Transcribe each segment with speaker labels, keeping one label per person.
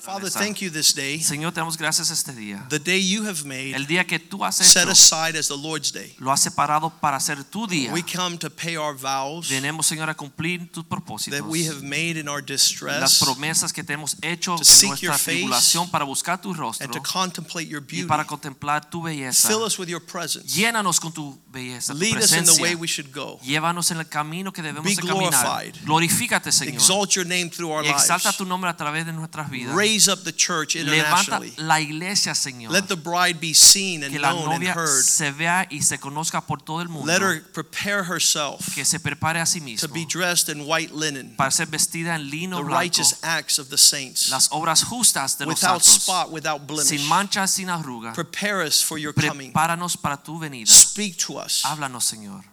Speaker 1: Father, thank you this day,
Speaker 2: Señor, te damos gracias este día.
Speaker 1: the day you have made,
Speaker 2: El día que tú has
Speaker 1: set
Speaker 2: hecho,
Speaker 1: aside as the Lord's day.
Speaker 2: lo has separado para ser tu día.
Speaker 1: We come to pay our vows
Speaker 2: Venimos, Señor, a cumplir tus propósitos.
Speaker 1: that we have made in our
Speaker 2: Las
Speaker 1: distress
Speaker 2: promesas que te hemos hecho
Speaker 1: to
Speaker 2: en
Speaker 1: seek
Speaker 2: nuestra
Speaker 1: your face
Speaker 2: tribulación para buscar tu rostro
Speaker 1: and to contemplate your
Speaker 2: y
Speaker 1: beauty.
Speaker 2: para contemplar tu belleza.
Speaker 1: Fill us with your presence.
Speaker 2: Llénanos con tu belleza, tu
Speaker 1: Lead us in the way
Speaker 2: presencia.
Speaker 1: we should go.
Speaker 2: Llévanos en el camino que debemos
Speaker 1: Be
Speaker 2: de caminar.
Speaker 1: glorified.
Speaker 2: Glorifícate, Señor.
Speaker 1: Exalt your name through our
Speaker 2: Y exalta
Speaker 1: lives.
Speaker 2: tu nombre a través de nuestras vidas.
Speaker 1: Raise up the church
Speaker 2: Levanta
Speaker 1: internationally.
Speaker 2: la iglesia, Señor.
Speaker 1: Let the bride be seen and
Speaker 2: que la
Speaker 1: known and
Speaker 2: novia
Speaker 1: heard.
Speaker 2: se vea y se conozca por todo el mundo.
Speaker 1: Let her prepare herself
Speaker 2: que se prepare a sí mismo
Speaker 1: to be dressed in white linen,
Speaker 2: para ser vestida en lino
Speaker 1: the
Speaker 2: blanco,
Speaker 1: righteous acts of the saints,
Speaker 2: las obras justas de los
Speaker 1: without
Speaker 2: santos,
Speaker 1: spot, without blemish.
Speaker 2: sin mancha, sin arruga.
Speaker 1: Prepare us for your coming.
Speaker 2: Prepáranos para tu venida.
Speaker 1: Speak to us.
Speaker 2: Háblanos, Señor.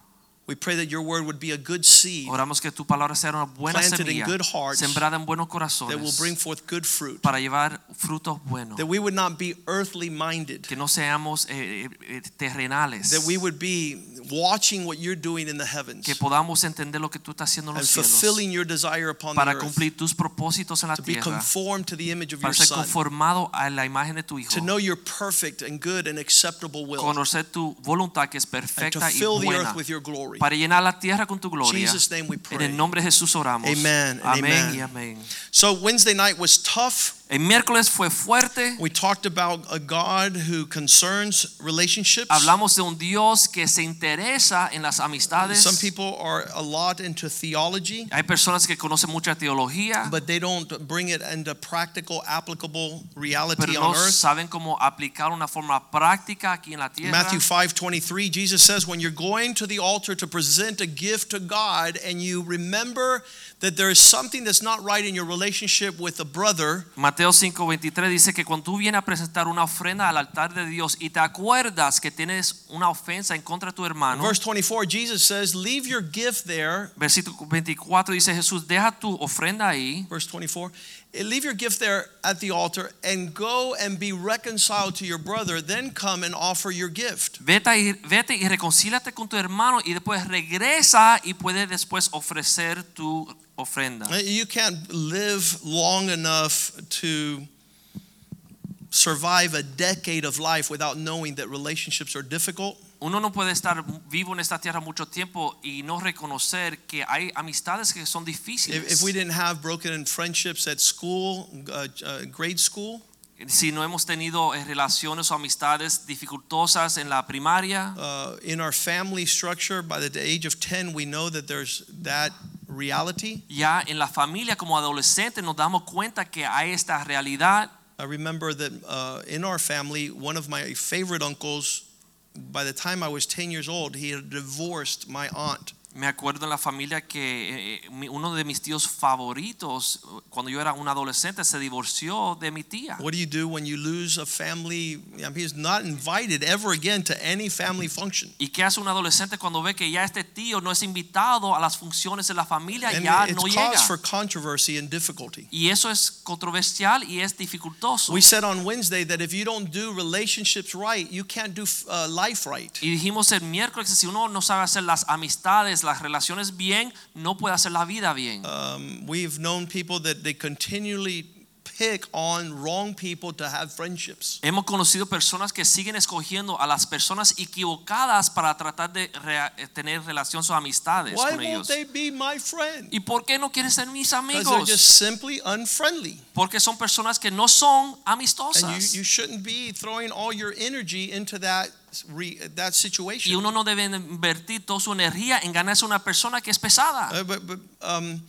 Speaker 1: We pray that your word would be a good seed
Speaker 2: Oramos que tu palabra sea una buena
Speaker 1: planted in
Speaker 2: semilla,
Speaker 1: good hearts
Speaker 2: sembrada en buenos
Speaker 1: that will
Speaker 2: corazones,
Speaker 1: bring forth good fruit.
Speaker 2: para llevar frutos buenos.
Speaker 1: That we would not be earthly minded.
Speaker 2: Que no seamos eh, eh, eh, terrenales,
Speaker 1: That we would be watching what you're doing in the heavens
Speaker 2: que podamos entender lo que tú estás haciendo en
Speaker 1: and
Speaker 2: los cielos
Speaker 1: fulfilling your desire upon the
Speaker 2: para
Speaker 1: earth
Speaker 2: cumplir tus propósitos en la
Speaker 1: to be
Speaker 2: tierra,
Speaker 1: conformed to the image of your
Speaker 2: para ser
Speaker 1: Son,
Speaker 2: conformado a la imagen de tu Hijo.
Speaker 1: to know your perfect and good and acceptable will,
Speaker 2: conocer tu voluntad que es
Speaker 1: and to
Speaker 2: perfecta y
Speaker 1: fill the
Speaker 2: buena
Speaker 1: earth with your glory.
Speaker 2: para llenar la tierra con tu
Speaker 1: In
Speaker 2: gloria.
Speaker 1: Jesus' name we
Speaker 2: En
Speaker 1: pray.
Speaker 2: el nombre de Jesús oramos.
Speaker 1: Amen and
Speaker 2: Amén y
Speaker 1: amen.
Speaker 2: amén.
Speaker 1: So Wednesday night was tough.
Speaker 2: El miércoles fue fuerte.
Speaker 1: We talked about a God who concerns relationships.
Speaker 2: Hablamos de un Dios que se interesa en las
Speaker 1: Some
Speaker 2: amistades.
Speaker 1: people are a lot into theology,
Speaker 2: Hay personas que conocen mucha teología,
Speaker 1: but they don't bring it into practical, applicable
Speaker 2: pero
Speaker 1: reality
Speaker 2: no
Speaker 1: on earth.
Speaker 2: saben cómo aplicar una forma práctica aquí en la tierra.
Speaker 1: Matthew 5:23 Jesus says when you're going to the altar to present a gift to God and you remember that there is something that's not right in your relationship with a brother
Speaker 2: Mateo 5:23 dice que cuando tú vienes a presentar una ofrenda al altar de Dios y te acuerdas que tienes una ofensa en contra de tu hermano,
Speaker 1: verse 24 Jesus says leave your gift there
Speaker 2: Versículo 24 dice Jesús, deja tu ofrenda ahí,
Speaker 1: verse 24 leave your gift there at the altar and go and be reconciled to your brother then come and offer your gift
Speaker 2: vete y, vete y reconcílate con tu hermano y después regresa y puedes después ofrecer tu ofrenda.
Speaker 1: You can't live long enough to survive a decade of life without knowing that relationships are difficult.
Speaker 2: Uno no puede estar vivo en esta tierra mucho tiempo y no reconocer que hay amistades que son
Speaker 1: If, if
Speaker 2: difíciles.
Speaker 1: we didn't have broken friendships at school, uh, uh, grade school,
Speaker 2: si no hemos tenido eh, relaciones o amistades dificultosas en la primaria,
Speaker 1: uh, in our family structure, by the age of 10, we know that there's that reality.
Speaker 2: ya en la familia como adolescentes nos damos cuenta que hay esta realidad.
Speaker 1: I remember that uh, in our family, one of my favorite uncles, by the time I was 10 years old, he had divorced my aunt.
Speaker 2: Me acuerdo en la familia que eh, mi- uno de mis tíos favoritos, eh, cuando yo era un adolescente, se divorció de mi tía.
Speaker 1: What do you do when you lose a family? I mean, he's not invited ever again to any family function.
Speaker 2: ¿Y qué hace un adolescente cuando ve que ya este tío no es invitado a las funciones de la familia?
Speaker 1: And
Speaker 2: ya
Speaker 1: it's
Speaker 2: no llega.
Speaker 1: cause for controversy and difficulty.
Speaker 2: Y eso es controversial y es dificultoso.
Speaker 1: We said on Wednesday that if you don't do relationships right, you can't do uh, life right.
Speaker 2: y dijimos el miércoles que si uno no sabe hacer las amistades, las relaciones bien, no puede hacer la vida bien.
Speaker 1: Um, we've known people that they continually pick on wrong people to have friendships.
Speaker 2: Hemos conocido personas que siguen escogiendo a las personas equivocadas para tratar de rea- eh, tener relaciones o amistades
Speaker 1: Why
Speaker 2: con
Speaker 1: won't
Speaker 2: ellos.
Speaker 1: they be my friend?
Speaker 2: ¿Y por qué no quieren ser mis
Speaker 1: Because they're
Speaker 2: amigos?
Speaker 1: just simply unfriendly.
Speaker 2: Porque son personas que no son
Speaker 1: And you,
Speaker 2: amistosas.
Speaker 1: you shouldn't be throwing all your energy into that, re, that situation.
Speaker 2: Y uno no debe invertir toda su energía en ganarse una persona que es pesada.
Speaker 1: Uh, but but um,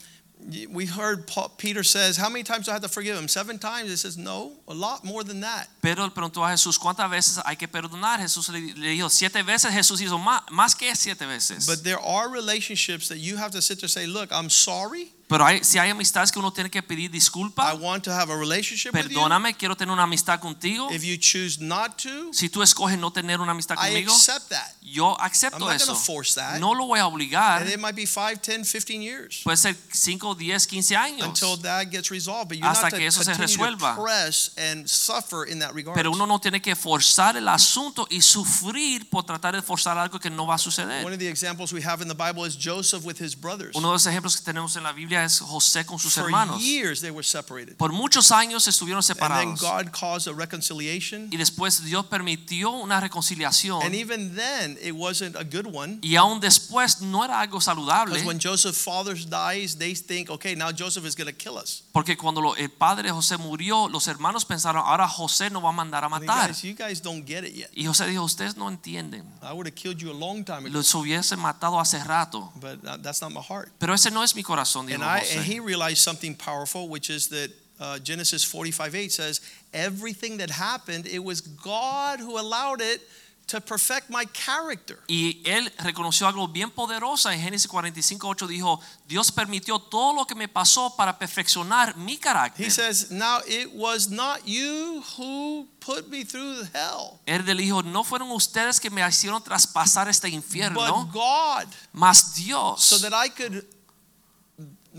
Speaker 1: y- we heard Paul, Peter says, "How many times do I have to forgive him? Seven times." It says, "No, a lot more than that."
Speaker 2: Pedro le preguntó a Jesús, ¿cuántas veces hay que perdonar? Jesús le, le dijo, siete veces. Jesús hizo más, más que siete veces.
Speaker 1: But there are relationships that you have to sit there and say, "Look, I'm sorry,
Speaker 2: Pero hay- si hay amistades que uno tiene que pedir
Speaker 1: I
Speaker 2: disculpas,
Speaker 1: want to have a relationship with you.
Speaker 2: perdóname, quiero tener una amistad contigo.
Speaker 1: If you choose not to,
Speaker 2: Si tú escoges no tener una amistad
Speaker 1: I
Speaker 2: conmigo,
Speaker 1: accept that.
Speaker 2: yo
Speaker 1: I'm
Speaker 2: acepto
Speaker 1: not going
Speaker 2: eso.
Speaker 1: to force that.
Speaker 2: No lo voy a obligar.
Speaker 1: And it might be 5, 10, 15 years
Speaker 2: Puede ser 5, 10, 15 años.
Speaker 1: until that gets resolved. But you're
Speaker 2: Hasta
Speaker 1: not to
Speaker 2: que eso se
Speaker 1: continue to
Speaker 2: resuelva.
Speaker 1: press and suffer in that regard.
Speaker 2: Pero uno no tiene que forzar el asunto y sufrir por tratar de forzar algo que no va a
Speaker 1: One
Speaker 2: suceder.
Speaker 1: of the examples we have in the Bible is Joseph with his brothers.
Speaker 2: Uno de los ejemplos que tenemos en la Biblia es José con sus
Speaker 1: For
Speaker 2: hermanos.
Speaker 1: years they were separated.
Speaker 2: Por muchos años estuvieron
Speaker 1: And then
Speaker 2: separados.
Speaker 1: God caused a reconciliation.
Speaker 2: Y después Dios permitió una reconciliación.
Speaker 1: And even then, it wasn't a good one.
Speaker 2: Y aún después no era algo
Speaker 1: Because
Speaker 2: saludable.
Speaker 1: when Joseph's father dies, they think, okay, now Joseph is going to kill us.
Speaker 2: Porque cuando lo- el padre de José murió, los hermanos pensaron, ahora José nos va a mandar a
Speaker 1: I mean,
Speaker 2: matar.
Speaker 1: guys, you guys don't get it yet.
Speaker 2: Y José dijo, ustedes no entienden.
Speaker 1: I would have killed you a long time ago,
Speaker 2: Los hubiese matado hace rato.
Speaker 1: but uh, that's not my heart.
Speaker 2: Pero ese no es mi corazón, dijo
Speaker 1: And, I, and
Speaker 2: José.
Speaker 1: he realized something powerful, which is that uh, Genesis 45 8 says, everything that happened, it was God who allowed it to perfect my character.
Speaker 2: Y él reconoció algo bien poderoso. En Génesis 45, 8 dijo, Dios permitió todo lo que me pasó para perfeccionar mi
Speaker 1: He
Speaker 2: carácter.
Speaker 1: says, now it was not you who put me through hell,
Speaker 2: Él le dijo, no fueron ustedes que me hicieron traspasar este
Speaker 1: but
Speaker 2: infierno,
Speaker 1: God,
Speaker 2: mas Dios.
Speaker 1: so that I could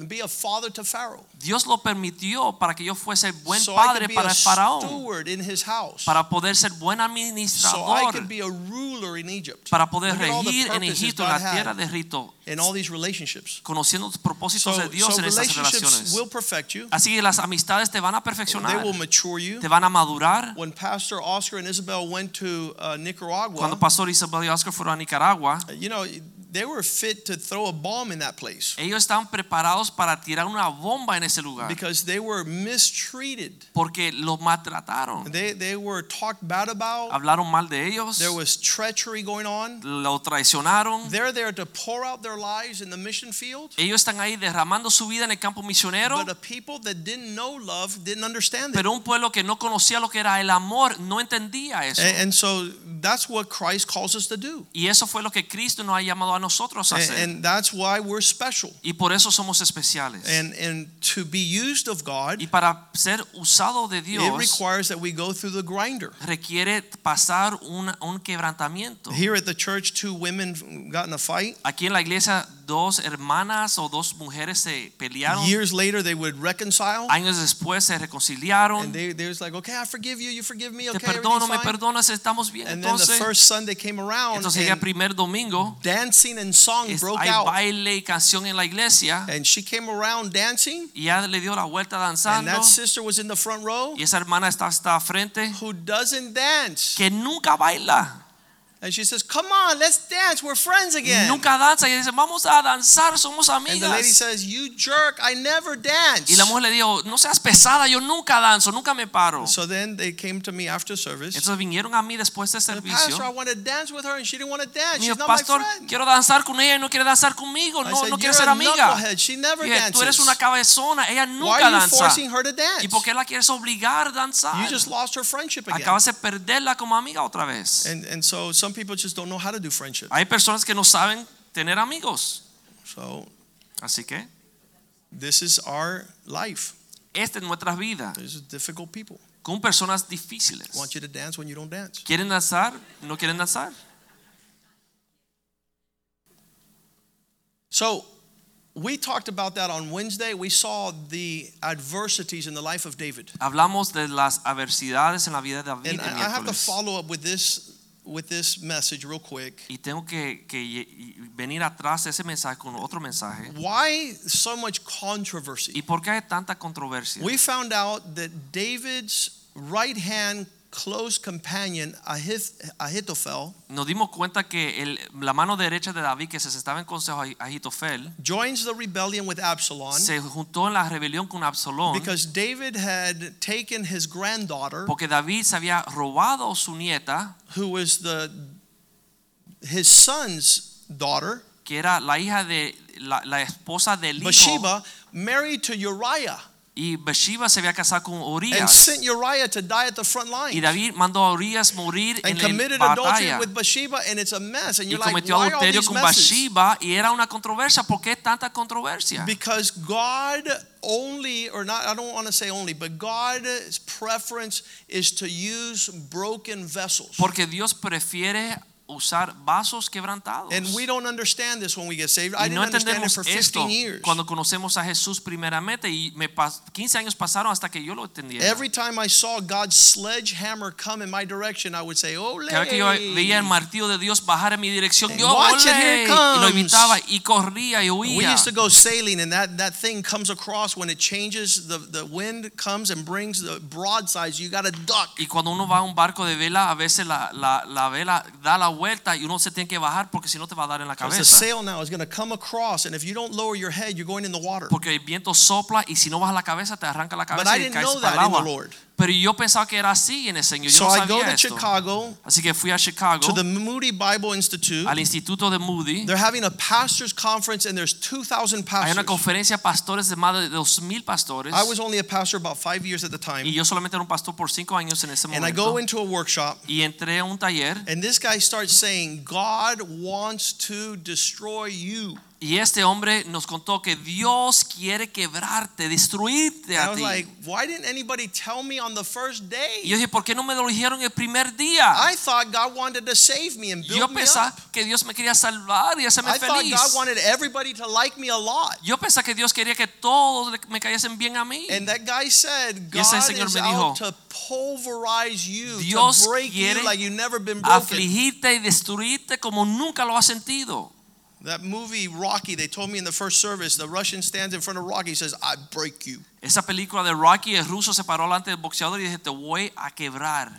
Speaker 1: be a father to Pharaoh.
Speaker 2: Dios lo permitió para que yo fuese buen
Speaker 1: so I
Speaker 2: padre
Speaker 1: could be
Speaker 2: para
Speaker 1: a
Speaker 2: el faraón,
Speaker 1: steward in his house.
Speaker 2: para poder ser buen
Speaker 1: so I
Speaker 2: administrador,
Speaker 1: could be a ruler in Egypt.
Speaker 2: para poder
Speaker 1: Look at all the
Speaker 2: regir en
Speaker 1: purposes
Speaker 2: Egipto, en
Speaker 1: God
Speaker 2: la tierra
Speaker 1: had
Speaker 2: de Egipto,
Speaker 1: in all these relationships.
Speaker 2: conociendo los propósitos de Dios
Speaker 1: so
Speaker 2: en esas
Speaker 1: relationships
Speaker 2: relaciones.
Speaker 1: will perfect you.
Speaker 2: Así que las amistades te van a
Speaker 1: They
Speaker 2: perfeccionar,
Speaker 1: will mature you.
Speaker 2: te van a madurar.
Speaker 1: When Pastor Oscar and Isabel went to uh,
Speaker 2: Cuando
Speaker 1: Nicaragua,
Speaker 2: Pastor Isabel y Oscar fueron a Nicaragua,
Speaker 1: you know, they were fit to throw a bomb in that place
Speaker 2: ellos estaban preparados para tirar una bomba en ese lugar,
Speaker 1: because they were mistreated.
Speaker 2: porque los maltrataron,
Speaker 1: They, they were talked bad about.
Speaker 2: hablaron mal de ellos,
Speaker 1: There was treachery going on.
Speaker 2: lo traicionaron.
Speaker 1: They're there to pour out their lives in the mission field.
Speaker 2: Ellos están ahí derramando su vida en el campo misionero.
Speaker 1: But uh, a people that didn't know love didn't understand it.
Speaker 2: Pero un pueblo que no conocía lo que era el amor no entendía eso.
Speaker 1: And, and so that's what Christ calls us to do.
Speaker 2: y eso fue lo que Cristo nos ha llamado a nosotros a
Speaker 1: And,
Speaker 2: hacer.
Speaker 1: and that's why we're special.
Speaker 2: y por eso somos especiales.
Speaker 1: And, and to be used of God,
Speaker 2: y para ser usado de
Speaker 1: it
Speaker 2: Dios
Speaker 1: requires that we go through the grinder.
Speaker 2: Oh. requiere pasar un, un quebrantamiento.
Speaker 1: Here at the church, two women got in a fight.
Speaker 2: Aquí en la iglesia dos hermanas o dos mujeres se pelearon.
Speaker 1: Years later, they would reconcile.
Speaker 2: Años después se reconciliaron.
Speaker 1: And they, they was like, okay, I forgive you, you forgive me,
Speaker 2: te
Speaker 1: okay,
Speaker 2: perdono, me
Speaker 1: everything's fine."
Speaker 2: perdonas, estamos bien.
Speaker 1: And then the
Speaker 2: entonces,
Speaker 1: first Sunday came around,
Speaker 2: entonces llega el
Speaker 1: and
Speaker 2: primer domingo.
Speaker 1: dancing and song
Speaker 2: es-
Speaker 1: broke
Speaker 2: hay
Speaker 1: out.
Speaker 2: baile y canción en la iglesia.
Speaker 1: And she came around dancing,
Speaker 2: Y ya le dio la vuelta
Speaker 1: and
Speaker 2: danzando.
Speaker 1: that sister was in the front row.
Speaker 2: Y esa hermana está hasta frente
Speaker 1: who doesn't dance.
Speaker 2: que nunca baila,
Speaker 1: And she says, Come on, let's dance. We're friends again.
Speaker 2: nunca danza. Y dice, vamos a danzar, somos
Speaker 1: and the lady
Speaker 2: amigas.
Speaker 1: says, You jerk, I never dance.
Speaker 2: Y la mujer le dijo, no seas pesada, yo nunca danzo, nunca me paro.
Speaker 1: So then they came to me after service.
Speaker 2: Entonces vinieron a mí después del
Speaker 1: Pastor, I
Speaker 2: servicio.
Speaker 1: want to dance with her, and she didn't want to dance.
Speaker 2: Me
Speaker 1: She's
Speaker 2: dijo,
Speaker 1: not my
Speaker 2: pastor,
Speaker 1: friend.
Speaker 2: quiero danzar con ella y no quiere danzar conmigo,
Speaker 1: I
Speaker 2: no,
Speaker 1: said,
Speaker 2: no
Speaker 1: You're
Speaker 2: quiere
Speaker 1: a
Speaker 2: ser amiga.
Speaker 1: knucklehead. She never
Speaker 2: Dije, tú eres
Speaker 1: dances.
Speaker 2: una cabezona, ella
Speaker 1: Why
Speaker 2: nunca
Speaker 1: are you
Speaker 2: danza.
Speaker 1: forcing her to
Speaker 2: ¿Y
Speaker 1: dance?
Speaker 2: por qué la quieres obligar a
Speaker 1: You
Speaker 2: danzar?
Speaker 1: just lost her friendship again. Eh.
Speaker 2: Acabas de perderla como amiga otra vez.
Speaker 1: And, and so some people just don't know how to do friendship.
Speaker 2: Hay personas que no saben tener amigos.
Speaker 1: So
Speaker 2: Así que,
Speaker 1: this is our life.
Speaker 2: esta es nuestra vida.
Speaker 1: These are difficult people.
Speaker 2: con personas difíciles.
Speaker 1: Want you to dance when you don't dance.
Speaker 2: ¿Quieren danzar? ¿No quieren danzar?
Speaker 1: So we talked about that on Wednesday. We saw the adversities in the life of David.
Speaker 2: Hablamos de las adversidades en la vida de David
Speaker 1: And
Speaker 2: el
Speaker 1: I I have to
Speaker 2: miércoles.
Speaker 1: follow up with this with this message real quick.
Speaker 2: Y tengo que, que ye- y venir atrás de ese mensaje con otro mensaje.
Speaker 1: Why so much
Speaker 2: ¿Y
Speaker 1: controversy?
Speaker 2: por qué hay tanta controversia?
Speaker 1: We found out that David's right hand close companion Ahith- Ahithophel
Speaker 2: Nos dimos cuenta que el- la mano derecha de David, que se sentaba en consejo a Ahitofel,
Speaker 1: joins the rebellion with Absalom
Speaker 2: se juntó en la rebelión con Absalón
Speaker 1: because David had taken his granddaughter
Speaker 2: porque David se había robado su nieta,
Speaker 1: who was the his son's daughter
Speaker 2: que era la hija de la, la esposa del hijo
Speaker 1: Bathsheba married to Uriah
Speaker 2: Y Bathsheba se había casado con
Speaker 1: and
Speaker 2: Urias.
Speaker 1: sent Uriah to die at the front lines
Speaker 2: Y David mandó a Urias morir
Speaker 1: and
Speaker 2: en la
Speaker 1: committed adultery
Speaker 2: batalla.
Speaker 1: with Bathsheba, and it's a mess. And
Speaker 2: Y
Speaker 1: you're like,
Speaker 2: cometió
Speaker 1: why all
Speaker 2: adulterio
Speaker 1: these
Speaker 2: con
Speaker 1: messes?
Speaker 2: Bathsheba y era una controversia. ¿Por qué tanta controversia?
Speaker 1: Because God only, or not, I don't want to say only, but God's preference is to use broken vessels.
Speaker 2: Porque Dios prefiere usar vasos quebrantados.
Speaker 1: And we don't understand this when we get saved. I
Speaker 2: y no
Speaker 1: didn't understand it
Speaker 2: entendemos
Speaker 1: for 15
Speaker 2: esto
Speaker 1: years.
Speaker 2: cuando conocemos a Jesús primeramente y me pas- 15 años pasaron hasta que yo lo entendí.
Speaker 1: Every time I saw God's sledgehammer come in my direction, I would say, Ole!
Speaker 2: Cada vez que yo veía el martillo de Dios bajar en mi dirección,
Speaker 1: And
Speaker 2: yo
Speaker 1: watch it,
Speaker 2: "Ole",
Speaker 1: here it
Speaker 2: y lo
Speaker 1: comes.
Speaker 2: invitaba y corría y
Speaker 1: We
Speaker 2: huía.
Speaker 1: used to go sailing, and that, that thing comes across when it changes. The, the wind comes and brings the broadsides. You got to duck.
Speaker 2: Y cuando uno va a un barco de vela, a veces la, la- la vela da la vuelta y uno se tiene que bajar porque si no te va a dar en la
Speaker 1: It's a
Speaker 2: cabeza.
Speaker 1: sail now. It's going to come across, and if you don't lower your head, you're going in the water.
Speaker 2: Porque el viento sopla y si no bajas la cabeza te arranca la
Speaker 1: But
Speaker 2: cabeza
Speaker 1: I
Speaker 2: y
Speaker 1: didn't
Speaker 2: caes
Speaker 1: know
Speaker 2: para el
Speaker 1: that in the
Speaker 2: agua.
Speaker 1: Lord.
Speaker 2: Pero yo pensaba que era así en el Señor. Yo
Speaker 1: So
Speaker 2: no
Speaker 1: I go
Speaker 2: sabía
Speaker 1: to
Speaker 2: esto.
Speaker 1: Chicago
Speaker 2: Así que fui a Chicago,
Speaker 1: to the Moody Bible Institute.
Speaker 2: al Instituto de Moody.
Speaker 1: They're having a pastors' conference, and there's 2,000
Speaker 2: Hay una
Speaker 1: pastors.
Speaker 2: conferencia de pastores de más de 2.000 pastores.
Speaker 1: I was only a pastor about five years at the time,
Speaker 2: y yo solamente era un pastor por cinco años en ese
Speaker 1: and I go
Speaker 2: momento.
Speaker 1: into a workshop.
Speaker 2: y entré a un taller
Speaker 1: And this guy starts saying, God wants to destroy you.
Speaker 2: y este hombre nos contó que Dios quiere quebrarte, destruirte
Speaker 1: And I
Speaker 2: a
Speaker 1: was
Speaker 2: ti.
Speaker 1: like, why didn't anybody tell me on the first
Speaker 2: y yo
Speaker 1: day?
Speaker 2: dije, ¿por qué no me lo dijeron el primer día?
Speaker 1: I thought God wanted to save me and
Speaker 2: yo
Speaker 1: build me
Speaker 2: pensaba
Speaker 1: up.
Speaker 2: que Dios me quería salvar y hacerme
Speaker 1: I thought
Speaker 2: feliz.
Speaker 1: God wanted everybody to like me a lot.
Speaker 2: yo pensaba que Dios quería que todos le- me cayesen bien a mí.
Speaker 1: And that guy said,
Speaker 2: Y ese
Speaker 1: God is
Speaker 2: señor me
Speaker 1: out
Speaker 2: dijo,
Speaker 1: to pulverize you,
Speaker 2: Dios
Speaker 1: to break
Speaker 2: quiere
Speaker 1: you like you've never been broken.
Speaker 2: Afligirte y destruirte como nunca lo has sentido.
Speaker 1: That movie Rocky, they told me in the first service, the Russian stands in front of Rocky says, I break you.
Speaker 2: Esa película de Rocky, el ruso se paró delante del boxeador y dijo, te voy a quebrar.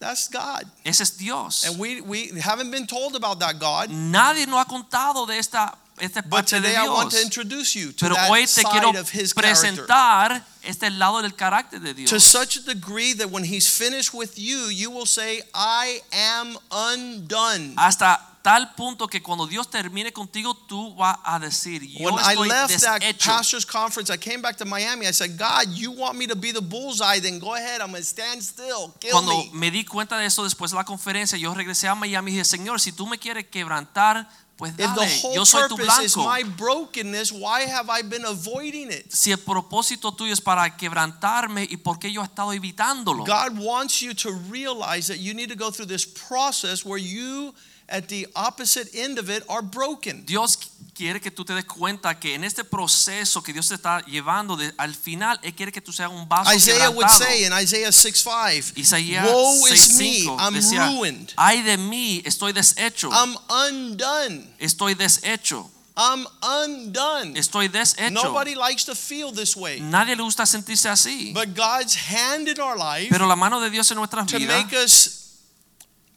Speaker 1: That's God.
Speaker 2: Ese es Dios.
Speaker 1: And we, we haven't been told about that God.
Speaker 2: Nadie nos ha contado de esta, esta
Speaker 1: But
Speaker 2: parte Mm, de
Speaker 1: today I want to
Speaker 2: Dios.
Speaker 1: introduce you to
Speaker 2: Pero
Speaker 1: that
Speaker 2: hoy te quiero
Speaker 1: side of his character.
Speaker 2: presentar este lado del carácter
Speaker 1: To
Speaker 2: de Dios.
Speaker 1: such a degree that when he's finished with you, you will say, I am undone.
Speaker 2: Hasta tal punto que cuando Dios termine contigo, tú vas a decir, yo
Speaker 1: When I
Speaker 2: estoy
Speaker 1: left that
Speaker 2: deshecho.
Speaker 1: pastor's conference, I came back to Miami. I said, God, you want me to be the bullseye? Then go ahead. I'm going to stand still. Kill
Speaker 2: Cuando
Speaker 1: me.
Speaker 2: me di cuenta de eso después de la conferencia, yo regresé a Miami y dije, Señor, si tú me quieres quebrantar, pues
Speaker 1: If the
Speaker 2: dale,
Speaker 1: whole
Speaker 2: yo soy tu
Speaker 1: purpose is
Speaker 2: blanco.
Speaker 1: my brokenness, why have I been avoiding it?
Speaker 2: si el propósito tuyo es para quebrantarme y por qué yo he estado evitándolo.
Speaker 1: God wants you to realize that you need to go through this process where you, at the opposite end of it, are broken.
Speaker 2: Dios quiere que tú te des cuenta que en este proceso que Dios te está llevando de- al final él quiere que tú seas un vaso
Speaker 1: Isaiah would
Speaker 2: quebrantado.
Speaker 1: say in Isaiah 6 5,
Speaker 2: Isaías
Speaker 1: Woe is me,
Speaker 2: 6:5
Speaker 1: I'm
Speaker 2: decía,
Speaker 1: ruined,
Speaker 2: Ay de mí, estoy deshecho.
Speaker 1: I'm undone,
Speaker 2: estoy deshecho.
Speaker 1: I'm undone.
Speaker 2: Estoy deshecho.
Speaker 1: Nobody likes to feel this way.
Speaker 2: Nadie le gusta sentirse así.
Speaker 1: But God's hand in our life
Speaker 2: Pero la mano de Dios en nuestras
Speaker 1: to
Speaker 2: vidas
Speaker 1: make us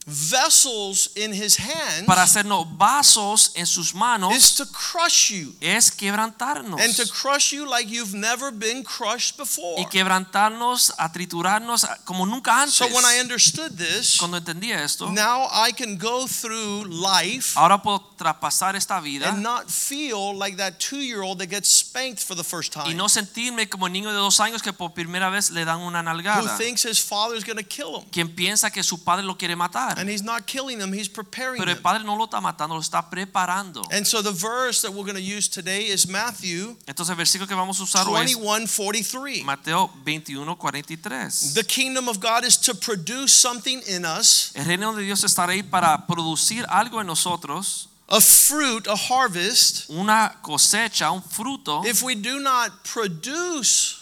Speaker 1: vessels in His hands
Speaker 2: para hacernos vasos en sus manos
Speaker 1: is to crush you.
Speaker 2: es quebrantarnos.
Speaker 1: And to crush you like you've never been crushed before.
Speaker 2: y quebrantarnos, a triturarnos a- como nunca antes.
Speaker 1: So when I understood this,
Speaker 2: Cuando entendía esto,
Speaker 1: now I can go through life
Speaker 2: ahora puedo traspasar esta vida
Speaker 1: and not feel like that two year old that gets spanked for the first
Speaker 2: y
Speaker 1: time.
Speaker 2: no sentirme como el niño de dos años que por primera vez le dan una
Speaker 1: who
Speaker 2: nalgada,
Speaker 1: thinks his father's going to kill him.
Speaker 2: quien piensa que su padre lo quiere matar,
Speaker 1: And he's not killing him, he's preparing
Speaker 2: pero el
Speaker 1: him.
Speaker 2: padre no lo está matando, lo está preparando.
Speaker 1: And so the verse that we're going to use today is Matthew
Speaker 2: Entonces el versículo que vamos a usar hoy es
Speaker 1: 21 43.
Speaker 2: Mateo 21, 43.
Speaker 1: The kingdom of God is to produce something in us,
Speaker 2: El reino de Dios estará ahí para producir algo en nosotros,
Speaker 1: a fruit, a harvest.
Speaker 2: una cosecha, un fruto.
Speaker 1: If we do not produce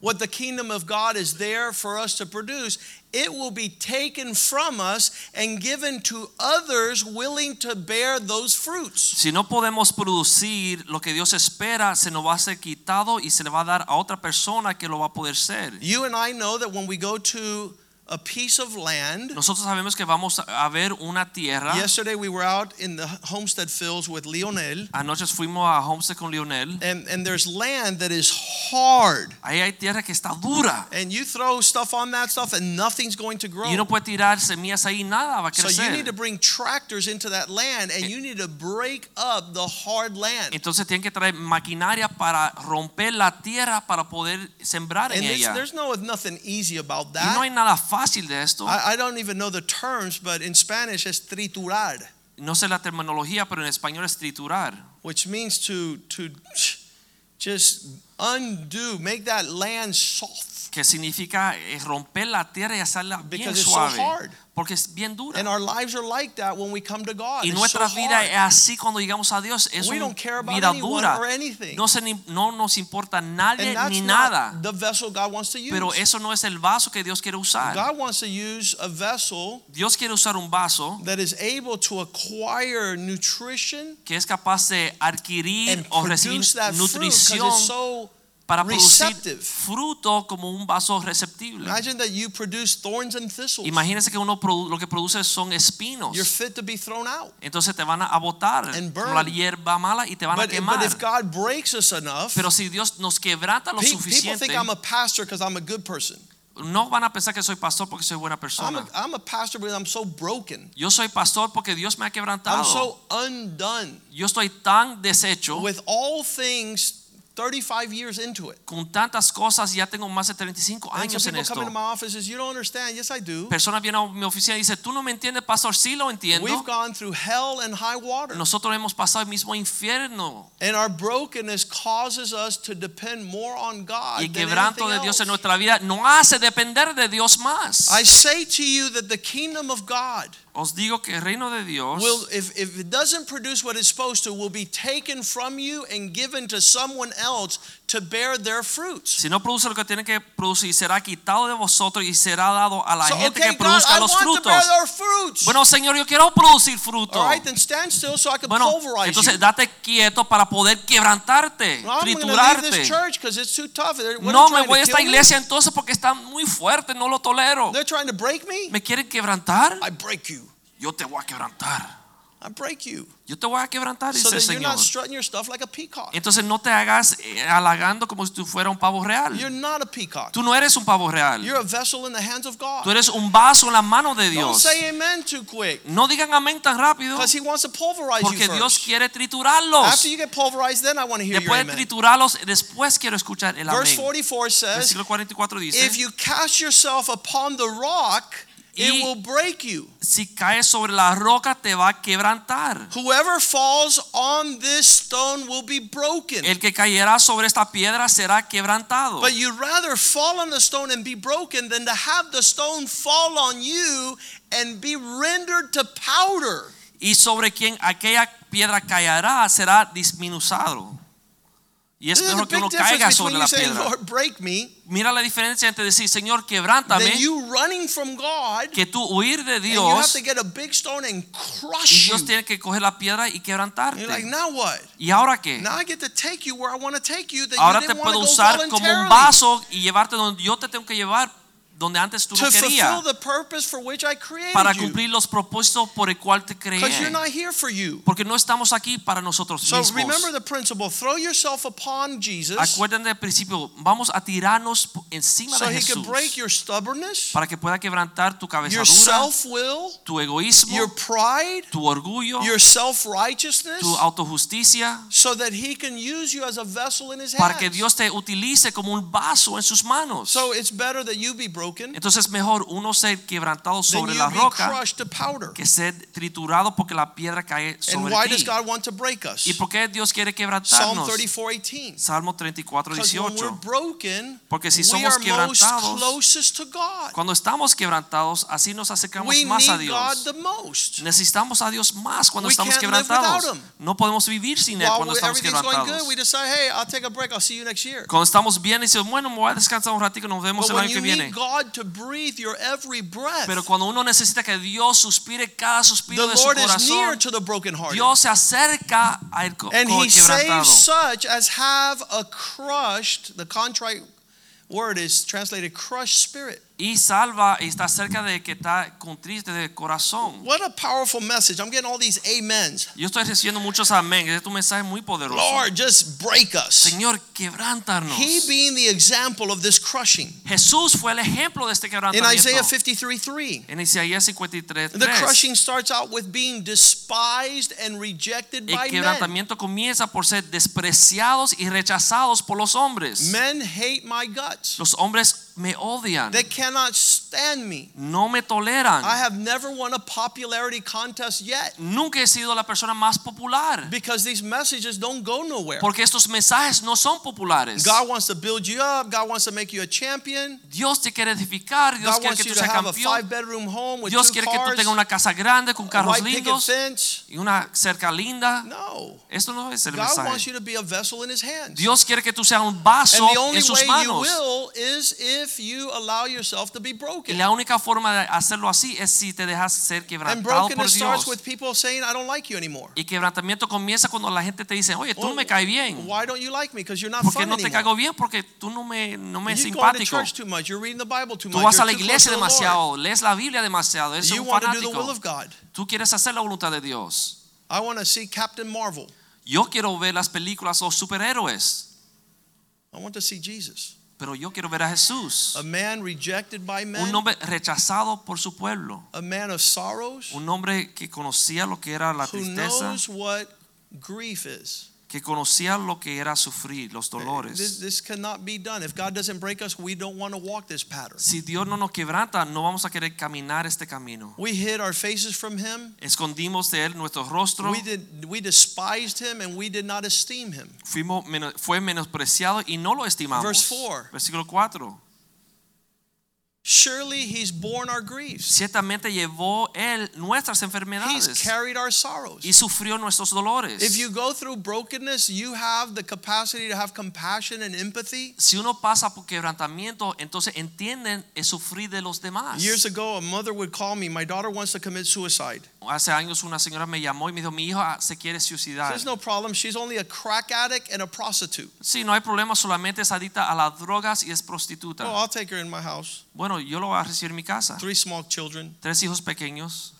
Speaker 1: what the kingdom of God is there for us to produce, it will be taken from us and given to others willing to bear those fruits.
Speaker 2: Si no podemos producir lo que Dios espera, se nos va a ser quitado y se le va a dar a otra persona que lo va a poder ser.
Speaker 1: You and I know that when we go to uh, a piece of land.
Speaker 2: Nosotros sabemos que vamos a ver una tierra.
Speaker 1: Yesterday we were out in the homestead fields with Lionel,
Speaker 2: Anoche fuimos a Homestead con Lionel.
Speaker 1: and, and there's land that is hard.
Speaker 2: Ahí hay tierra que está dura.
Speaker 1: And you throw stuff on that stuff, and nothing's going to grow.
Speaker 2: Y uno puede tirar semillas ahí, nada va a
Speaker 1: so you need to
Speaker 2: crecer.
Speaker 1: bring tractors into that land, and you need to break up the hard land.
Speaker 2: Entonces tienen que traer maquinaria para romper la tierra para poder sembrar en
Speaker 1: And it's-
Speaker 2: ella.
Speaker 1: there's no nothing easy about
Speaker 2: Y no hay
Speaker 1: that.
Speaker 2: nada fácil de esto.
Speaker 1: I, I don't even know the terms, but in Spanish it's triturar,
Speaker 2: No sé la terminología, pero en español es triturar.
Speaker 1: which means to to just undo, make that land soft
Speaker 2: Que significa eh, romper la tierra y hacerla bien
Speaker 1: because it's so
Speaker 2: suave.
Speaker 1: hard.
Speaker 2: Porque es bien dura.
Speaker 1: And our lives are like that when we come to God.
Speaker 2: Y
Speaker 1: It's so
Speaker 2: nuestra vida
Speaker 1: hard.
Speaker 2: es así cuando llegamos a Dios. Es
Speaker 1: We
Speaker 2: una
Speaker 1: don't care about
Speaker 2: vida
Speaker 1: anyone
Speaker 2: dura.
Speaker 1: or anything.
Speaker 2: No, se ni- no nos importa
Speaker 1: And
Speaker 2: nadie
Speaker 1: that's
Speaker 2: ni
Speaker 1: not
Speaker 2: nada.
Speaker 1: the vessel God wants to use.
Speaker 2: Pero eso no es el vaso que Dios quiere usar.
Speaker 1: God wants to use a vessel
Speaker 2: Dios quiere usar un vaso
Speaker 1: that is able to acquire nutrition
Speaker 2: que es capaz de adquirir
Speaker 1: and
Speaker 2: o recibir
Speaker 1: produce that fruit because
Speaker 2: nutrición
Speaker 1: it's so
Speaker 2: para producir
Speaker 1: receptive.
Speaker 2: fruto como un vaso receptible.
Speaker 1: Imagine that you produce thorns and thistles.
Speaker 2: Imagínense que uno produ- lo que produce son
Speaker 1: You're
Speaker 2: espinos.
Speaker 1: fit to be thrown out.
Speaker 2: Entonces te van a botar
Speaker 1: And
Speaker 2: como
Speaker 1: burn.
Speaker 2: la hierba mala y te van a
Speaker 1: But, but if
Speaker 2: quemar.
Speaker 1: God breaks us enough,
Speaker 2: Pero si Dios nos quebranta lo
Speaker 1: pe- people
Speaker 2: suficiente,
Speaker 1: think I'm a pastor because I'm a good person.
Speaker 2: no van a pensar que soy pastor porque soy buena
Speaker 1: I'm
Speaker 2: persona.
Speaker 1: a, I'm a pastor because I'm so broken.
Speaker 2: Yo soy pastor porque Dios me ha quebrantado.
Speaker 1: I'm so undone
Speaker 2: Yo estoy tan deshecho
Speaker 1: with all things 35 years into it.
Speaker 2: con tantas cosas. Ya tengo más de 35
Speaker 1: And
Speaker 2: años
Speaker 1: some
Speaker 2: en
Speaker 1: people come
Speaker 2: esto.
Speaker 1: into my office and says, you don't understand. Yes, I do.
Speaker 2: Personas vienen a mi oficina y dicen, tú no me entiendes, pastor, sí lo entiendo.
Speaker 1: We've gone through hell and high water.
Speaker 2: Nosotros hemos pasado el mismo infierno.
Speaker 1: And our brokenness causes us to depend more on God
Speaker 2: Y el
Speaker 1: Uh, than
Speaker 2: quebranto de
Speaker 1: anything
Speaker 2: Dios en
Speaker 1: else.
Speaker 2: nuestra vida no hace depender de Dios más.
Speaker 1: I say to you that the kingdom of God
Speaker 2: Os digo que el reino de Dios,
Speaker 1: will, if, if it doesn't produce what it's supposed to, will be taken from you and given to someone else to bear their fruits.
Speaker 2: si no produce lo que tiene que producir, será quitado de vosotros y será dado a la
Speaker 1: So,
Speaker 2: gente
Speaker 1: okay,
Speaker 2: que
Speaker 1: God,
Speaker 2: produzca
Speaker 1: I
Speaker 2: los
Speaker 1: want to bear
Speaker 2: frutos.
Speaker 1: their fruits.
Speaker 2: Bueno, Señor, yo quiero producir fruto.
Speaker 1: All right, then stand still so I can
Speaker 2: Bueno,
Speaker 1: pulverize
Speaker 2: entonces
Speaker 1: you.
Speaker 2: date quieto para poder quebrantarte,
Speaker 1: Well, I'm going to leave this
Speaker 2: triturarte.
Speaker 1: church because it's too tough. They're, what,
Speaker 2: No
Speaker 1: they're trying
Speaker 2: me
Speaker 1: to
Speaker 2: voy a esta
Speaker 1: kill me?
Speaker 2: iglesia entonces porque está muy fuerte, no lo tolero.
Speaker 1: They're trying to break me.
Speaker 2: ¿Me quieren quebrantar?
Speaker 1: I break you.
Speaker 2: Yo te voy a quebrantar.
Speaker 1: I break you.
Speaker 2: Yo te voy a quebrantar,
Speaker 1: So
Speaker 2: dice el
Speaker 1: that you're
Speaker 2: Señor.
Speaker 1: not strutting your stuff like a peacock.
Speaker 2: Entonces no te hagas eh, halagando como si tú fuera un pavo
Speaker 1: You're
Speaker 2: real.
Speaker 1: not a peacock.
Speaker 2: Tú no eres un pavo real.
Speaker 1: You're a vessel in the hands of God.
Speaker 2: Tú eres un vaso en la mano de
Speaker 1: Don't
Speaker 2: Dios.
Speaker 1: say amen too quick
Speaker 2: No digan amén tan rápido
Speaker 1: because He wants to pulverize you
Speaker 2: porque
Speaker 1: first.
Speaker 2: Dios quiere
Speaker 1: After
Speaker 2: triturarlos.
Speaker 1: you get pulverized, then I want to hear your
Speaker 2: Después de
Speaker 1: amen.
Speaker 2: triturarlos, después quiero escuchar el
Speaker 1: Verse
Speaker 2: amén.
Speaker 1: 44 says,
Speaker 2: Versículo 44
Speaker 1: If
Speaker 2: dice,
Speaker 1: you cast yourself upon the rock,
Speaker 2: Y-
Speaker 1: it will break you.
Speaker 2: si caes sobre la roca te va a quebrantar.
Speaker 1: Whoever falls on this stone will be broken.
Speaker 2: El que cayera sobre esta piedra será quebrantado.
Speaker 1: But you'd rather fall on the stone and be broken than to have the stone fall on you and be rendered to powder.
Speaker 2: y sobre quien aquella piedra caerá será disminuido. Y es
Speaker 1: This is a
Speaker 2: mejor que
Speaker 1: big
Speaker 2: uno caiga
Speaker 1: difference
Speaker 2: sobre
Speaker 1: between
Speaker 2: la
Speaker 1: you saying,
Speaker 2: piedra.
Speaker 1: Lord, break me,
Speaker 2: Mira la diferencia entre decir, Señor,
Speaker 1: than
Speaker 2: quebrántame,
Speaker 1: you running from God,
Speaker 2: que tú huir de
Speaker 1: and you have
Speaker 2: Dios,
Speaker 1: to get a big stone and
Speaker 2: y
Speaker 1: crush you.
Speaker 2: Dios tiene que coger la piedra
Speaker 1: And
Speaker 2: y
Speaker 1: You're like,
Speaker 2: quebrantarte.
Speaker 1: now what?
Speaker 2: ¿Y ahora qué?
Speaker 1: Now I get to take you where I want to take you that
Speaker 2: Ahora
Speaker 1: you
Speaker 2: te
Speaker 1: didn't want to
Speaker 2: puedo
Speaker 1: go
Speaker 2: usar como un
Speaker 1: voluntarily
Speaker 2: vaso y llevarte donde yo te tengo que llevar, donde antes tú
Speaker 1: to
Speaker 2: no
Speaker 1: fulfill
Speaker 2: querías,
Speaker 1: the purpose for which I created
Speaker 2: para
Speaker 1: you.
Speaker 2: cumplir los propósitos por el cual te
Speaker 1: Because you're
Speaker 2: creé.
Speaker 1: not here for you.
Speaker 2: Porque no estamos aquí para nosotros
Speaker 1: So remember
Speaker 2: mismos.
Speaker 1: the principle: throw yourself upon Jesus,
Speaker 2: Acuérdense del principio, vamos a tirarnos po- encima
Speaker 1: so
Speaker 2: de
Speaker 1: He can
Speaker 2: Jesús
Speaker 1: break your stubbornness,
Speaker 2: para que pueda quebrantar tu
Speaker 1: your
Speaker 2: cabezadura,
Speaker 1: self-will,
Speaker 2: tu egoísmo,
Speaker 1: your pride,
Speaker 2: tu orgullo,
Speaker 1: your self-righteousness,
Speaker 2: tu autojusticia.
Speaker 1: so that He can use you as a vessel in His
Speaker 2: para que
Speaker 1: hands.
Speaker 2: Dios te utilice como un vaso en sus manos.
Speaker 1: So it's better that you be broken
Speaker 2: Entonces mejor uno ser quebrantado
Speaker 1: than
Speaker 2: sobre
Speaker 1: you
Speaker 2: la
Speaker 1: be
Speaker 2: roca
Speaker 1: crushed to powder.
Speaker 2: que ser triturado porque la piedra cae
Speaker 1: And
Speaker 2: sobre
Speaker 1: why does
Speaker 2: ti.
Speaker 1: God want to break us?
Speaker 2: ¿Y por qué Dios quiere
Speaker 1: Psalm
Speaker 2: quebrantarnos?
Speaker 1: 34:18.
Speaker 2: Salmo 34,
Speaker 1: Because when we're
Speaker 2: 18.
Speaker 1: broken,
Speaker 2: Porque si
Speaker 1: we
Speaker 2: somos
Speaker 1: are most
Speaker 2: quebrantados,
Speaker 1: closest to God.
Speaker 2: cuando estamos quebrantados, así nos acercamos
Speaker 1: We
Speaker 2: más a
Speaker 1: need God
Speaker 2: Dios.
Speaker 1: the most.
Speaker 2: Necesitamos a Dios más cuando
Speaker 1: We
Speaker 2: estamos
Speaker 1: can't live
Speaker 2: quebrantados.
Speaker 1: without Him.
Speaker 2: No podemos vivir sin Él
Speaker 1: While
Speaker 2: cuando
Speaker 1: we-
Speaker 2: estamos
Speaker 1: everything's going good,
Speaker 2: quebrantados.
Speaker 1: we decide, hey, I'll take a break. I'll see you next year.
Speaker 2: Cuando estamos bien, decimos, bueno, me voy a descansar un ratito, nos vemos
Speaker 1: But
Speaker 2: el
Speaker 1: when
Speaker 2: año que
Speaker 1: you
Speaker 2: viene.
Speaker 1: need God to breathe your every breath,
Speaker 2: Pero cuando uno necesita que Dios suspire cada
Speaker 1: the
Speaker 2: suspiro de su
Speaker 1: Lord is near
Speaker 2: corazón,
Speaker 1: to the brokenhearted.
Speaker 2: Dios se acerca al co-
Speaker 1: and He
Speaker 2: quebrantado.
Speaker 1: saves such as have a crushed, the contrite word is translated crushed spirit.
Speaker 2: y salva y está cerca de que está con triste de corazón.
Speaker 1: What a powerful message. I'm getting all these amens.
Speaker 2: Yo estoy recibiendo muchos amén. Este es un mensaje muy poderoso.
Speaker 1: Lord, just break us.
Speaker 2: Señor, quebrántanos.
Speaker 1: He being the example of this crushing.
Speaker 2: Jesús fue el ejemplo de este
Speaker 1: In
Speaker 2: quebrantamiento.
Speaker 1: Isaiah 53 3,
Speaker 2: en Isaías 53,
Speaker 1: the crushing starts out with being despised and rejected by
Speaker 2: el
Speaker 1: men.
Speaker 2: quebrantamiento comienza por ser despreciados y rechazados por los hombres.
Speaker 1: Men hate my guts,
Speaker 2: Los hombres me odian,
Speaker 1: they cannot stand me.
Speaker 2: no me toleran.
Speaker 1: I have never won a popularity contest yet
Speaker 2: Nunca he sido la persona más popular
Speaker 1: because these messages don't go nowhere.
Speaker 2: porque estos mensajes no son populares.
Speaker 1: God wants to build you up, God wants to make you a champion.
Speaker 2: Dios te quiere edificar, Dios
Speaker 1: God
Speaker 2: quiere
Speaker 1: wants
Speaker 2: que
Speaker 1: you
Speaker 2: tú
Speaker 1: to
Speaker 2: seas
Speaker 1: have a
Speaker 2: campeón,
Speaker 1: five-bedroom home with
Speaker 2: Pues Dios
Speaker 1: two
Speaker 2: quiere que tú
Speaker 1: cars,
Speaker 2: tengas una casa grande con
Speaker 1: a
Speaker 2: carros
Speaker 1: white picket
Speaker 2: lindos
Speaker 1: fence.
Speaker 2: y una cerca linda.
Speaker 1: No,
Speaker 2: Esto no es el
Speaker 1: God wants
Speaker 2: mensaje.
Speaker 1: you to be a vessel in His hands.
Speaker 2: Dios quiere que tú seas un
Speaker 1: and
Speaker 2: vaso
Speaker 1: the only
Speaker 2: en sus
Speaker 1: way you
Speaker 2: manos.
Speaker 1: will is if you allow yourself to be
Speaker 2: Y
Speaker 1: broken.
Speaker 2: la única forma de hacerlo así es si te dejas ser
Speaker 1: And
Speaker 2: quebrantado por
Speaker 1: brokenness starts
Speaker 2: Dios.
Speaker 1: with people saying, "I don't like you anymore."
Speaker 2: Y quebrantamiento comienza cuando la gente te dice, oye, tú no me caes bien.
Speaker 1: Oh, Why don't you like me? Because you're not
Speaker 2: ¿Por qué
Speaker 1: fun
Speaker 2: no te
Speaker 1: anymore.
Speaker 2: caigo bien? Porque tú no me, no me es
Speaker 1: You're going to
Speaker 2: simpático.
Speaker 1: church too much. You're reading the Bible too
Speaker 2: Tú
Speaker 1: much.
Speaker 2: vas a la
Speaker 1: You're too close to
Speaker 2: iglesia
Speaker 1: the Lord.
Speaker 2: demasiado, lees la Biblia demasiado, eres
Speaker 1: You
Speaker 2: un
Speaker 1: want to do the will
Speaker 2: fanático.
Speaker 1: of God.
Speaker 2: Tú quieres hacer la voluntad de Dios.
Speaker 1: I want to see Captain Marvel.
Speaker 2: Yo quiero ver las películas o superhéroes,
Speaker 1: I want to see Jesus,
Speaker 2: pero yo quiero ver a Jesús,
Speaker 1: a man rejected by men,
Speaker 2: un hombre rechazado por su pueblo,
Speaker 1: a man of sorrows,
Speaker 2: un hombre que conocía lo que era la
Speaker 1: who
Speaker 2: tristeza,
Speaker 1: knows what grief is.
Speaker 2: que conocía lo que era sufrir,
Speaker 1: Eh,
Speaker 2: los
Speaker 1: This,
Speaker 2: dolores.
Speaker 1: this cannot be done. If God doesn't break us, we don't want to walk this pattern.
Speaker 2: Si Dios no nos quebranta, no vamos a querer caminar este camino.
Speaker 1: We hid our faces from Him.
Speaker 2: Escondimos de él nuestro rostro,
Speaker 1: We did. We despised Him, and we did not esteem Him.
Speaker 2: fuimos, meno- fue menospreciado y no lo
Speaker 1: Verse
Speaker 2: estimamos.
Speaker 1: four.
Speaker 2: Versículo 4.
Speaker 1: Surely He's borne our griefs.
Speaker 2: ciertamente llevó él nuestras
Speaker 1: He's
Speaker 2: enfermedades
Speaker 1: carried our sorrows.
Speaker 2: y sufrió nuestros
Speaker 1: If
Speaker 2: dolores.
Speaker 1: you go through brokenness, you have the capacity to have compassion and empathy.
Speaker 2: Si uno pasa por quebrantamiento, entonces entienden el sufrir de los demás.
Speaker 1: Years ago, a mother would call me. My daughter wants to commit suicide.
Speaker 2: Hace años una señora me llamó y me dijo, mi hija se quiere suicidar.
Speaker 1: There's no problem. She's only a crack addict and a prostitute.
Speaker 2: Sí, no hay problema, solamente es adicta a las drogas y es prostituta.
Speaker 1: Well, "Oh, I'll take her in my house.
Speaker 2: Bueno, yo lo voy a recibir en mi casa.
Speaker 1: Three small children.
Speaker 2: Tres hijos pequeños,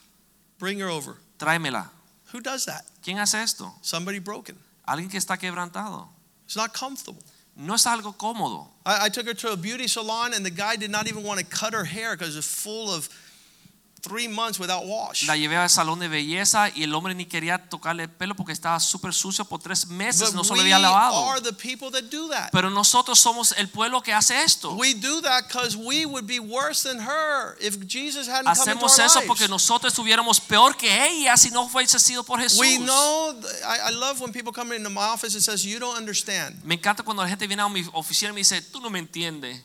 Speaker 1: Bring her over.
Speaker 2: tráemela.
Speaker 1: Who does that?
Speaker 2: ¿Quién hace esto?
Speaker 1: Somebody broken.
Speaker 2: Alguien que está quebrantado.
Speaker 1: It's not comfortable.
Speaker 2: No es algo cómodo.
Speaker 1: I, I took her to a beauty salon, and the guy did not even want to cut her hair because it's full of three months without wash.
Speaker 2: La llevé al salón de belleza y el hombre ni quería tocarle el pelo porque estaba súper sucio por tres meses, no
Speaker 1: But
Speaker 2: se
Speaker 1: we
Speaker 2: lo había lavado.
Speaker 1: are the people that do that.
Speaker 2: Pero nosotros somos el pueblo que hace esto.
Speaker 1: We do that because we would be worse than her if Jesus hadn't
Speaker 2: Hacemos
Speaker 1: come into
Speaker 2: eso
Speaker 1: our
Speaker 2: porque
Speaker 1: lives.
Speaker 2: nosotros estuviéramos peor que ella si no fuese sido por Jesús.
Speaker 1: We know. th- I, I love when people come into my office and says, "You don't understand."
Speaker 2: Me encanta cuando la gente viene a mi oficina y me dice, tú no me entiendes.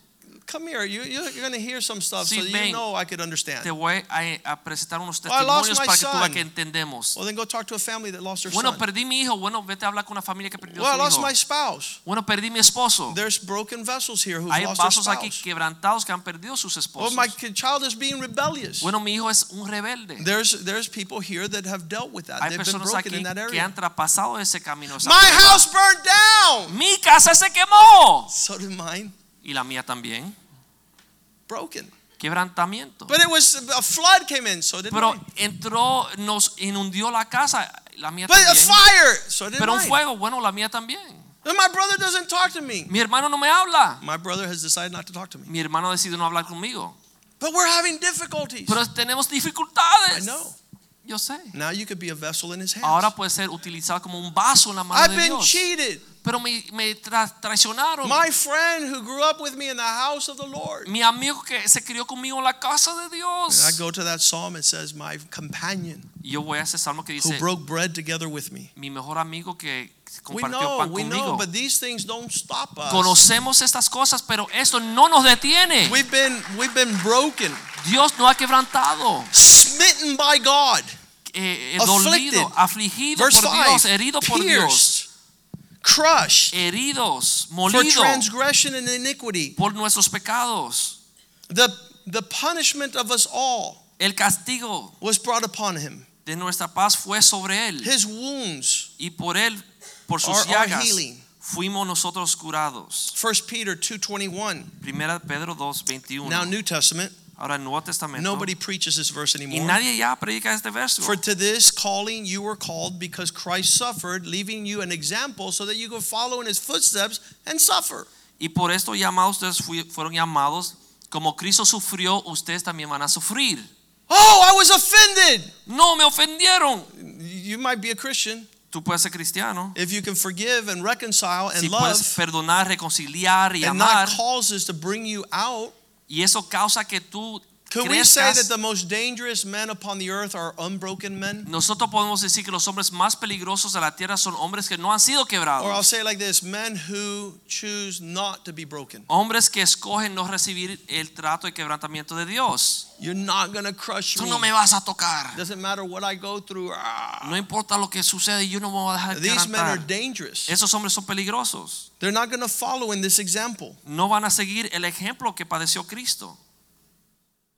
Speaker 1: Come here. You, you- you're going to hear some stuff,
Speaker 2: Sí,
Speaker 1: so you
Speaker 2: ven.
Speaker 1: know I could understand.
Speaker 2: Te voy a, a presentar unos
Speaker 1: Well, I lost
Speaker 2: testimonios
Speaker 1: my
Speaker 2: para que tú veas
Speaker 1: son.
Speaker 2: que entendemos.
Speaker 1: Well, then go talk to a family that lost their
Speaker 2: Bueno,
Speaker 1: son.
Speaker 2: perdí mi hijo. Bueno, vete a hablar con una familia que perdió
Speaker 1: Well, I
Speaker 2: su
Speaker 1: lost
Speaker 2: hijo.
Speaker 1: my spouse.
Speaker 2: Bueno, perdí mi esposo.
Speaker 1: There's broken vessels here who've
Speaker 2: Hay
Speaker 1: lost their
Speaker 2: vasos aquí
Speaker 1: spouse.
Speaker 2: quebrantados que han perdido sus
Speaker 1: Well,
Speaker 2: esposos.
Speaker 1: my kid- child is being rebellious.
Speaker 2: Bueno, mi hijo es un rebelde.
Speaker 1: There's there's people here that have dealt with that. They've
Speaker 2: Hay
Speaker 1: been
Speaker 2: personas
Speaker 1: broken
Speaker 2: aquí
Speaker 1: in that
Speaker 2: que
Speaker 1: area.
Speaker 2: han traspasado ese camino. esa
Speaker 1: My
Speaker 2: prueba.
Speaker 1: house burned down.
Speaker 2: Mi casa se quemó.
Speaker 1: So did mine.
Speaker 2: Y la mía también.
Speaker 1: Broken.
Speaker 2: Quebrantamiento.
Speaker 1: But it was a flood came in. So did
Speaker 2: Pero
Speaker 1: mine.
Speaker 2: entró, nos inundió la casa. La mía
Speaker 1: But a
Speaker 2: también.
Speaker 1: fire. So did
Speaker 2: Pero un
Speaker 1: mine.
Speaker 2: fuego, bueno, la mía también.
Speaker 1: And my brother doesn't talk to me.
Speaker 2: Mi hermano no me habla.
Speaker 1: My brother has decided not to talk to me.
Speaker 2: Mi hermano decidió no hablar conmigo.
Speaker 1: But we're having difficulties.
Speaker 2: Pero tenemos
Speaker 1: I
Speaker 2: dificultades.
Speaker 1: know.
Speaker 2: Yo sé.
Speaker 1: Now you could be a vessel in his hands.
Speaker 2: Ahora puede ser utilizado como un vaso en la mano
Speaker 1: I've
Speaker 2: de
Speaker 1: been
Speaker 2: Dios.
Speaker 1: cheated.
Speaker 2: Pero me, me tra- traicionaron.
Speaker 1: My friend who grew up with me in the house of the Lord.
Speaker 2: Mi amigo que se crió conmigo en la casa de
Speaker 1: And I
Speaker 2: Dios.
Speaker 1: go to that psalm, it says, My companion
Speaker 2: Y Yo voy a ese salmo que
Speaker 1: who
Speaker 2: dice,
Speaker 1: broke bread together with me.
Speaker 2: mi mejor amigo que
Speaker 1: We
Speaker 2: compartió
Speaker 1: know,
Speaker 2: pan
Speaker 1: we know,
Speaker 2: conmigo.
Speaker 1: but these things don't stop us.
Speaker 2: Conocemos estas cosas, pero esto no nos detiene.
Speaker 1: We've been, we've been broken,
Speaker 2: Dios nos ha quebrantado,
Speaker 1: smitten by God,
Speaker 2: eh, eh,
Speaker 1: Afflicted.
Speaker 2: dolido, afligido
Speaker 1: verse
Speaker 2: por Dios,
Speaker 1: 5,
Speaker 2: herido por Dios,
Speaker 1: pierced, crushed
Speaker 2: heridos,
Speaker 1: for
Speaker 2: molido
Speaker 1: transgression and iniquity.
Speaker 2: por nuestros pecados.
Speaker 1: The, the punishment of us all
Speaker 2: El castigo
Speaker 1: was brought upon him.
Speaker 2: de nuestra paz fue sobre él
Speaker 1: His wounds
Speaker 2: y por él, por
Speaker 1: are,
Speaker 2: sus
Speaker 1: are
Speaker 2: llagas,
Speaker 1: healing.
Speaker 2: fuimos nosotros curados.
Speaker 1: 1 Peter 2:21.
Speaker 2: Primera Pedro 2:21.
Speaker 1: Now New Testament.
Speaker 2: Ahora el Nuevo Testamento.
Speaker 1: Nobody preaches this verse
Speaker 2: y
Speaker 1: anymore.
Speaker 2: nadie ya predica este verso.
Speaker 1: For to this calling you were called because Christ suffered, leaving you an example so that you could follow in his footsteps and suffer.
Speaker 2: y por esto llamados ustedes fui- fueron llamados, como Cristo sufrió, ustedes también van a sufrir.
Speaker 1: Oh, I was offended.
Speaker 2: No me ofendieron.
Speaker 1: You might be a Christian
Speaker 2: Tú puedes ser cristiano.
Speaker 1: if you can forgive and reconcile and
Speaker 2: Si puedes
Speaker 1: love
Speaker 2: perdonar, reconciliar y
Speaker 1: and
Speaker 2: amar,
Speaker 1: not causes to bring you out.
Speaker 2: y eso causa que tú
Speaker 1: Can we say that
Speaker 2: crezcas.
Speaker 1: the most dangerous men upon the earth are unbroken men?
Speaker 2: Nosotros podemos decir que los hombres más peligrosos de la tierra son hombres que no han sido
Speaker 1: Or I'll
Speaker 2: quebrados,
Speaker 1: say it like this men who choose not to be broken.
Speaker 2: hombres que escogen no recibir el trato y quebrantamiento de Dios.
Speaker 1: You're not going to crush
Speaker 2: Tú
Speaker 1: me.
Speaker 2: no me vas a tocar.
Speaker 1: Doesn't matter what I go through. Ah.
Speaker 2: No importa lo que sucede, yo no me voy a dejar
Speaker 1: These men are
Speaker 2: quebrantar.
Speaker 1: dangerous.
Speaker 2: Esos hombres son peligrosos.
Speaker 1: They're not going to follow in this example.
Speaker 2: No van a seguir el ejemplo que padeció Cristo.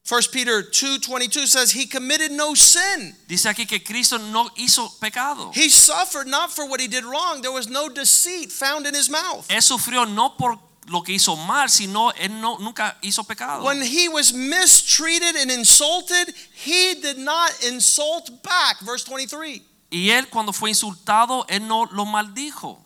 Speaker 1: 1 Peter 2:22 says he committed no sin.
Speaker 2: Dice aquí que Cristo no hizo pecado.
Speaker 1: He suffered not for what he did wrong. There was no deceit found in his mouth.
Speaker 2: Él sufrió no por lo que hizo mal, sino él no, nunca hizo pecado.
Speaker 1: When he was mistreated and insulted, he did not insult back. Verse 23.
Speaker 2: Y él cuando fue insultado, él no lo maldijo.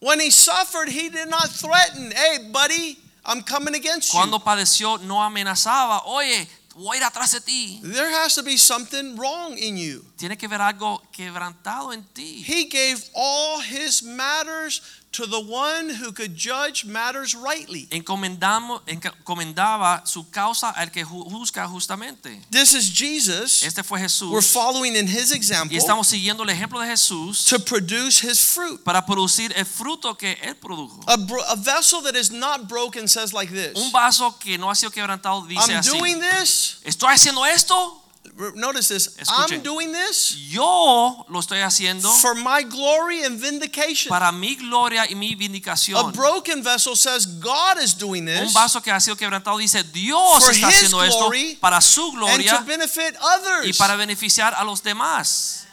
Speaker 1: When he suffered, he did not threaten, "Hey, buddy, I'm coming against you."
Speaker 2: Cuando padeció, no amenazaba. Oye, voy a ir atrás de ti.
Speaker 1: There has to be something wrong in you.
Speaker 2: Tiene que ver algo quebrantado en ti.
Speaker 1: He gave all his matters to the one who could judge matters rightly.
Speaker 2: Encomendamos, encomendaba su causa al que ju- juzga justamente.
Speaker 1: This is Jesus.
Speaker 2: Este fue
Speaker 1: We're
Speaker 2: Jesús.
Speaker 1: following in his
Speaker 2: Y
Speaker 1: example
Speaker 2: estamos siguiendo el ejemplo de Jesús
Speaker 1: to produce his fruit.
Speaker 2: para producir el fruto que él produjo.
Speaker 1: A, bro- a vessel that is not broken says like
Speaker 2: Un
Speaker 1: this
Speaker 2: vaso que no ha sido quebrantado dice
Speaker 1: I'm
Speaker 2: así.
Speaker 1: doing this.
Speaker 2: Estoy haciendo esto.
Speaker 1: r- Notice this. I'm
Speaker 2: Escuchen.
Speaker 1: doing this
Speaker 2: Yo lo estoy haciendo
Speaker 1: for my glory and vindication.
Speaker 2: para mi gloria y mi
Speaker 1: A
Speaker 2: vindicación.
Speaker 1: broken vessel says God is doing
Speaker 2: Un
Speaker 1: this
Speaker 2: vaso que ha sido quebrantado dice Dios
Speaker 1: For
Speaker 2: está
Speaker 1: his
Speaker 2: haciendo esto
Speaker 1: glory
Speaker 2: para su
Speaker 1: and to
Speaker 2: gloria
Speaker 1: benefit
Speaker 2: y
Speaker 1: others.
Speaker 2: para beneficiar a los demás.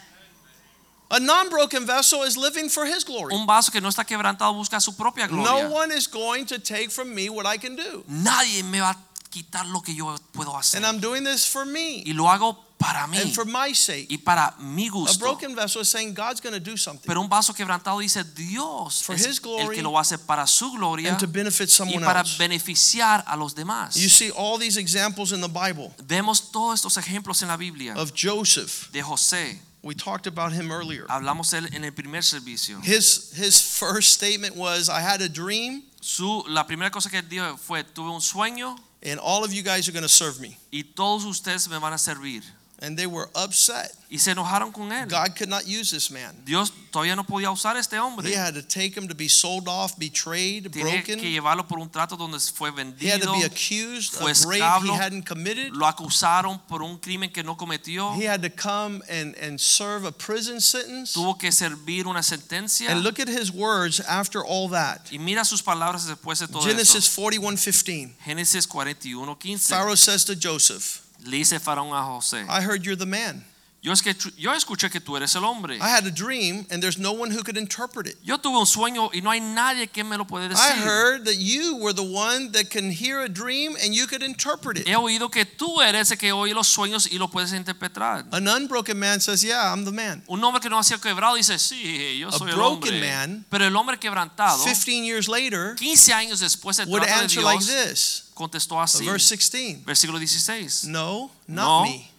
Speaker 1: A non broken vessel is living for his glory.
Speaker 2: Un vaso que no está quebrantado busca su propia
Speaker 1: No
Speaker 2: gloria.
Speaker 1: one is going to take from me what I can do.
Speaker 2: Nadie me va a quitar lo que yo puedo hacer.
Speaker 1: And I'm doing this for me
Speaker 2: Y lo hago para
Speaker 1: and
Speaker 2: mí
Speaker 1: for my sake.
Speaker 2: y para mi
Speaker 1: A
Speaker 2: gusto.
Speaker 1: broken vessel is saying God's going to do something
Speaker 2: Pero un vaso quebrantado dice Dios
Speaker 1: For
Speaker 2: es
Speaker 1: his
Speaker 2: el
Speaker 1: glory
Speaker 2: que lo va a hacer para su gloria
Speaker 1: and to benefit
Speaker 2: y
Speaker 1: someone
Speaker 2: para
Speaker 1: else.
Speaker 2: beneficiar a los demás.
Speaker 1: You see all these examples in the Bible
Speaker 2: Vemos todos estos ejemplos en la Biblia
Speaker 1: of Joseph.
Speaker 2: de José.
Speaker 1: We talked about him earlier.
Speaker 2: Hablamos él en el primer servicio.
Speaker 1: His his first statement was, "I had a dream,
Speaker 2: Su, la primera cosa que él dijo fue, tuve un sueño
Speaker 1: and all of you guys are going to serve me."
Speaker 2: y todos ustedes me van a servir.
Speaker 1: And they were upset.
Speaker 2: Y se enojaron con él.
Speaker 1: God could not use this man.
Speaker 2: Dios todavía no podía usar a este
Speaker 1: He
Speaker 2: hombre.
Speaker 1: had to take him to be sold off, betrayed,
Speaker 2: Tiene que
Speaker 1: broken.
Speaker 2: llevarlo por un trato donde fue
Speaker 1: He had to
Speaker 2: vendido.
Speaker 1: be accused
Speaker 2: fue
Speaker 1: of rape he
Speaker 2: esclavo.
Speaker 1: hadn't committed.
Speaker 2: Lo acusaron por un crimen que no cometió.
Speaker 1: He had to come and, and serve a prison sentence.
Speaker 2: Tuvo que servir una sentencia.
Speaker 1: And look at his words after all that.
Speaker 2: Y mira sus palabras después de todo
Speaker 1: Genesis
Speaker 2: esto.
Speaker 1: 41:15.
Speaker 2: Génesis 41, 15.
Speaker 1: Pharaoh says to Joseph,
Speaker 2: Le dice Faraón a José.
Speaker 1: I heard you're the man.
Speaker 2: Yo, es que, yo escuché que tú eres el hombre.
Speaker 1: I had a dream and there's no one who could interpret it.
Speaker 2: Yo tuve un sueño y no hay nadie que me lo puede
Speaker 1: I
Speaker 2: decir.
Speaker 1: heard that you were the one that can hear a dream and you could interpret it.
Speaker 2: He oído que tú eres el que oye los sueños y lo puedes interpretar.
Speaker 1: An unbroken man says, Yeah, I'm the man.
Speaker 2: Un hombre que no ha sido quebrado dice, sí, yo
Speaker 1: A
Speaker 2: soy el
Speaker 1: broken
Speaker 2: hombre.
Speaker 1: man,
Speaker 2: Pero el hombre quebrantado,
Speaker 1: 15 years later,
Speaker 2: 15 años después del
Speaker 1: would
Speaker 2: trato de
Speaker 1: answer like
Speaker 2: Dios,
Speaker 1: this
Speaker 2: contestó así.
Speaker 1: verse 16
Speaker 2: Versículo 16.
Speaker 1: No, not
Speaker 2: No.
Speaker 1: me.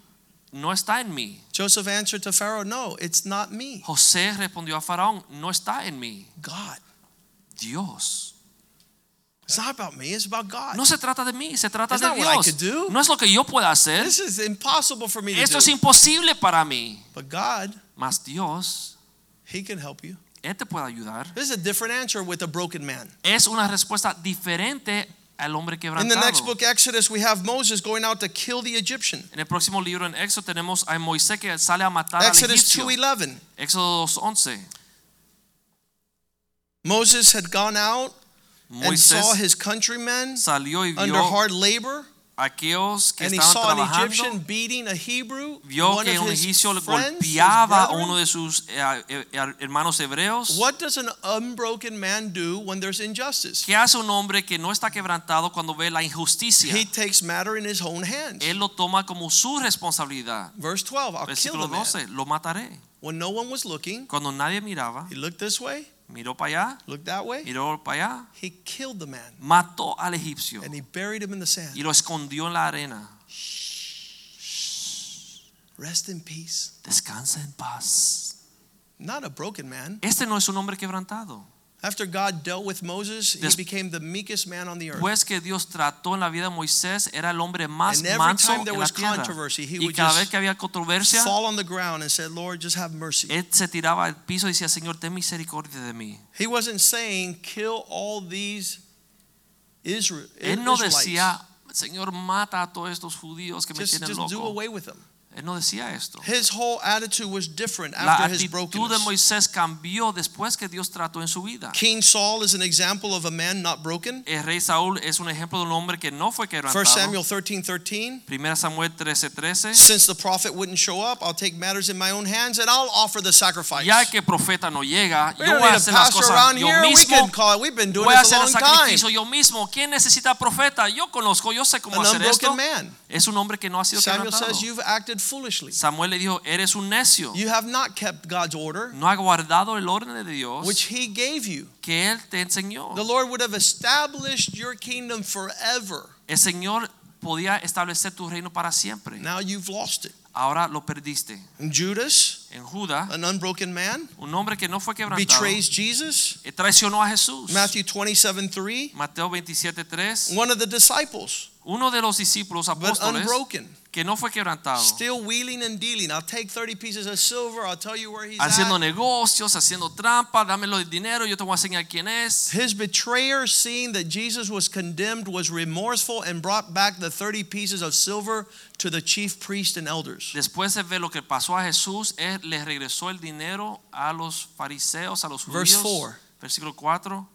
Speaker 2: No está en mí.
Speaker 1: Joseph answered to Pharaoh, No, it's not me.
Speaker 2: José respondió a Faraón, no está en mí.
Speaker 1: God.
Speaker 2: Dios.
Speaker 1: It's not about me, it's about God.
Speaker 2: No se trata de mí, se trata
Speaker 1: That's
Speaker 2: de
Speaker 1: not what I
Speaker 2: Dios.
Speaker 1: could do.
Speaker 2: No es lo que yo pueda hacer.
Speaker 1: This is impossible for me to
Speaker 2: Esto
Speaker 1: do.
Speaker 2: es imposible para mí.
Speaker 1: But God,
Speaker 2: Mas Dios,
Speaker 1: He can help you.
Speaker 2: Él te puede ayudar.
Speaker 1: This is a different answer with a broken man.
Speaker 2: Es una respuesta diferente al hombre
Speaker 1: In the
Speaker 2: quebrantado.
Speaker 1: next book, Exodus, we have Moses going out to kill the Egyptian.
Speaker 2: En el próximo libro en Éxodo tenemos a Moisés que sale a matar al
Speaker 1: Exodus
Speaker 2: egipcio.
Speaker 1: 2:11.
Speaker 2: Éxodo 2:11.
Speaker 1: Moses had gone out and saw
Speaker 2: Moisés
Speaker 1: his countrymen
Speaker 2: salió y
Speaker 1: under
Speaker 2: vio
Speaker 1: hard labor,
Speaker 2: aquellos que
Speaker 1: and he
Speaker 2: estaban
Speaker 1: saw an
Speaker 2: trabajando
Speaker 1: Egyptian beating a Hebrew,
Speaker 2: vio
Speaker 1: one
Speaker 2: que
Speaker 1: of
Speaker 2: un
Speaker 1: his
Speaker 2: egipcio le
Speaker 1: friends, his
Speaker 2: golpeaba a
Speaker 1: brethren.
Speaker 2: uno de sus eh, eh, eh, hermanos hebreos.
Speaker 1: What does an unbroken man do when there's injustice?
Speaker 2: ¿Qué hace un hombre que no está quebrantado cuando ve la injusticia?
Speaker 1: He takes matter in his own hands.
Speaker 2: Él lo toma como su responsabilidad.
Speaker 1: Verse 12, I'll kill
Speaker 2: Versículo
Speaker 1: the man.
Speaker 2: 12, lo mataré.
Speaker 1: When no one was looking,
Speaker 2: Cuando nadie miraba,
Speaker 1: he looked this way,
Speaker 2: miró para allá,
Speaker 1: looked that way.
Speaker 2: miró para allá,
Speaker 1: He killed the man
Speaker 2: mató al egipcio
Speaker 1: and he buried him in the
Speaker 2: y
Speaker 1: sand.
Speaker 2: lo escondió en la arena.
Speaker 1: Rest in peace.
Speaker 2: Descansa en paz.
Speaker 1: Not a broken man.
Speaker 2: Este no es un hombre quebrantado.
Speaker 1: After God dealt with Moses, he
Speaker 2: Des-
Speaker 1: became the meekest man on the earth.
Speaker 2: Pues que Dios trató en la vida de Moisés, era el hombre más
Speaker 1: And every
Speaker 2: manso
Speaker 1: time there
Speaker 2: en la
Speaker 1: was
Speaker 2: tierra.
Speaker 1: controversy, he
Speaker 2: Y
Speaker 1: would
Speaker 2: cada
Speaker 1: just
Speaker 2: vez que había controversia,
Speaker 1: Fall on the ground and said, Lord, just have mercy.
Speaker 2: él se tiraba al piso y decía, Señor, ten misericordia de mí.
Speaker 1: He wasn't saying, kill all these Israel,
Speaker 2: Él no
Speaker 1: Eh, Israelites.
Speaker 2: decía, Señor, mata a todos estos judíos que me
Speaker 1: Just,
Speaker 2: tienen
Speaker 1: just do
Speaker 2: loco.
Speaker 1: away with them.
Speaker 2: Él no decía esto.
Speaker 1: His whole attitude was different
Speaker 2: La
Speaker 1: after his
Speaker 2: actitud de
Speaker 1: brokenness.
Speaker 2: Moisés cambió después que Dios trató en su vida.
Speaker 1: King Saul is an example of a man not broken.
Speaker 2: El rey Saúl es un ejemplo de un hombre que no fue
Speaker 1: 1
Speaker 2: quebrantado.
Speaker 1: Samuel 13 13.
Speaker 2: 1 Samuel 13:13. 13,
Speaker 1: Since the prophet wouldn't show up, I'll take matters in my own hands and I'll offer the sacrifice.
Speaker 2: Ya que el profeta no llega,
Speaker 1: we
Speaker 2: yo
Speaker 1: don't
Speaker 2: voy a
Speaker 1: need a
Speaker 2: hacer las
Speaker 1: pastor
Speaker 2: cosas
Speaker 1: around
Speaker 2: yo
Speaker 1: here. We
Speaker 2: mismo.
Speaker 1: can call it. We've been doing
Speaker 2: Voy a
Speaker 1: it for
Speaker 2: hacer
Speaker 1: a
Speaker 2: el
Speaker 1: long time.
Speaker 2: sacrificio yo mismo. ¿Quién necesita profeta? Yo conozco, yo sé cómo
Speaker 1: An
Speaker 2: hacer esto.
Speaker 1: unbroken man.
Speaker 2: Es un hombre que no ha sido
Speaker 1: Samuel
Speaker 2: quebrantado.
Speaker 1: says, You've acted foolishly.
Speaker 2: Samuel le dijo, eres un necio.
Speaker 1: You have not kept God's order,
Speaker 2: No ha guardado el orden de Dios
Speaker 1: which He gave you.
Speaker 2: que él te enseñó.
Speaker 1: The Lord would have established your kingdom forever.
Speaker 2: El Señor podía establecer tu reino para siempre.
Speaker 1: Now you've lost it.
Speaker 2: Ahora lo perdiste.
Speaker 1: And Judas,
Speaker 2: En Judas,
Speaker 1: an unbroken man,
Speaker 2: un hombre que no fue quebrantado,
Speaker 1: betrays Jesus.
Speaker 2: eh, traicionó a Jesús.
Speaker 1: Matthew 27 3.
Speaker 2: Mateo 27:3,
Speaker 1: One of the disciples,
Speaker 2: uno de los discípulos
Speaker 1: but
Speaker 2: apóstoles
Speaker 1: unbroken,
Speaker 2: que no fue quebrantado,
Speaker 1: still wheeling and dealing. I'll take 30 pieces of silver, I'll tell you where he's
Speaker 2: haciendo
Speaker 1: at.
Speaker 2: negocios, haciendo trampa, dámelo el dinero, yo te voy a enseñar quién es.
Speaker 1: His betrayer, seeing that Jesus was condemned, was remorseful and brought back the 30 pieces of silver to the chief priests and elders.
Speaker 2: Después de ver lo que pasó a Jesús, él le regresó el dinero a los fariseos, a los
Speaker 1: Verse
Speaker 2: judíos.
Speaker 1: 4.
Speaker 2: Versículo 4.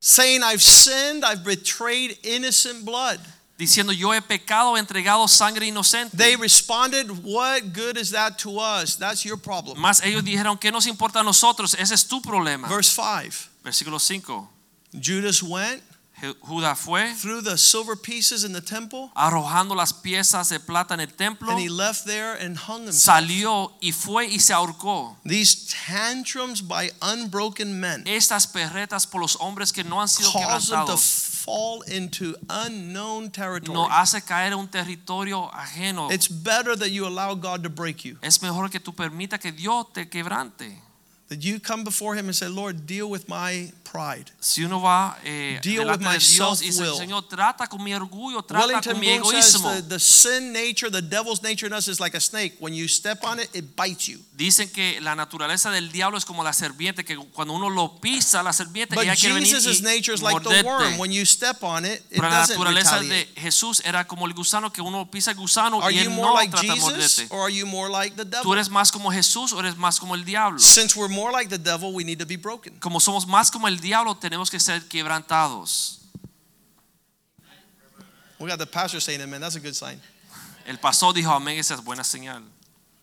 Speaker 1: Saying, I've sinned, I've betrayed innocent blood.
Speaker 2: Diciendo, yo he pecado, he entregado sangre inocente.
Speaker 1: They responded, What good is that to us? That's your problem.
Speaker 2: Mas ellos dijeron, ¿qué nos importa a nosotros? Ese es tu problema.
Speaker 1: Verse 5
Speaker 2: Versículo 5.
Speaker 1: Judas went,
Speaker 2: Je- Judas fue
Speaker 1: threw the silver pieces in the temple,
Speaker 2: arrojando las piezas de plata en el templo,
Speaker 1: and he left there and hung himself.
Speaker 2: salió y fue y se ahorcó.
Speaker 1: These tantrums by unbroken men
Speaker 2: Estas perretas por los hombres que no han sido
Speaker 1: cause them to
Speaker 2: quebrantados
Speaker 1: fall into unknown territory.
Speaker 2: nos hace caer en un territorio ajeno.
Speaker 1: It's better that you allow God to break you.
Speaker 2: Es mejor que tú permita que Dios te quebrante.
Speaker 1: That you come before Him and say, Lord, deal with my pride.
Speaker 2: Si uno va eh,
Speaker 1: Deal
Speaker 2: delante
Speaker 1: with my
Speaker 2: de Dios y dice,
Speaker 1: self-will.
Speaker 2: Señor, trata con mi orgullo, trata
Speaker 1: Wellington
Speaker 2: con mi
Speaker 1: Boone says
Speaker 2: egoísmo.
Speaker 1: the, the sin nature, the devil's nature in us is like a snake. When you step on it, it bites you.
Speaker 2: Dicen que la naturaleza del diablo es como la serpiente, que cuando uno lo pisa, la serpiente
Speaker 1: But
Speaker 2: ella quiere venir
Speaker 1: Jesus'
Speaker 2: y
Speaker 1: nature is like the
Speaker 2: morderte.
Speaker 1: worm. When you step on it, it
Speaker 2: Pero la
Speaker 1: doesn't
Speaker 2: naturaleza de
Speaker 1: retaliate.
Speaker 2: Jesús era como el gusano que uno pisa el gusano
Speaker 1: Are
Speaker 2: y
Speaker 1: you
Speaker 2: él
Speaker 1: more
Speaker 2: no
Speaker 1: like
Speaker 2: trata de
Speaker 1: Jesus
Speaker 2: morderte.
Speaker 1: or are you more like the
Speaker 2: Tú
Speaker 1: devil?
Speaker 2: eres más como Jesús o eres más como el diablo.
Speaker 1: Since we're more like the devil, we need to be broken.
Speaker 2: Como somos más como el diablo, tenemos que ser quebrantados.
Speaker 1: We got the pastor saying amen. That's a good sign.
Speaker 2: El pastor dijo, amén, esa es buena señal.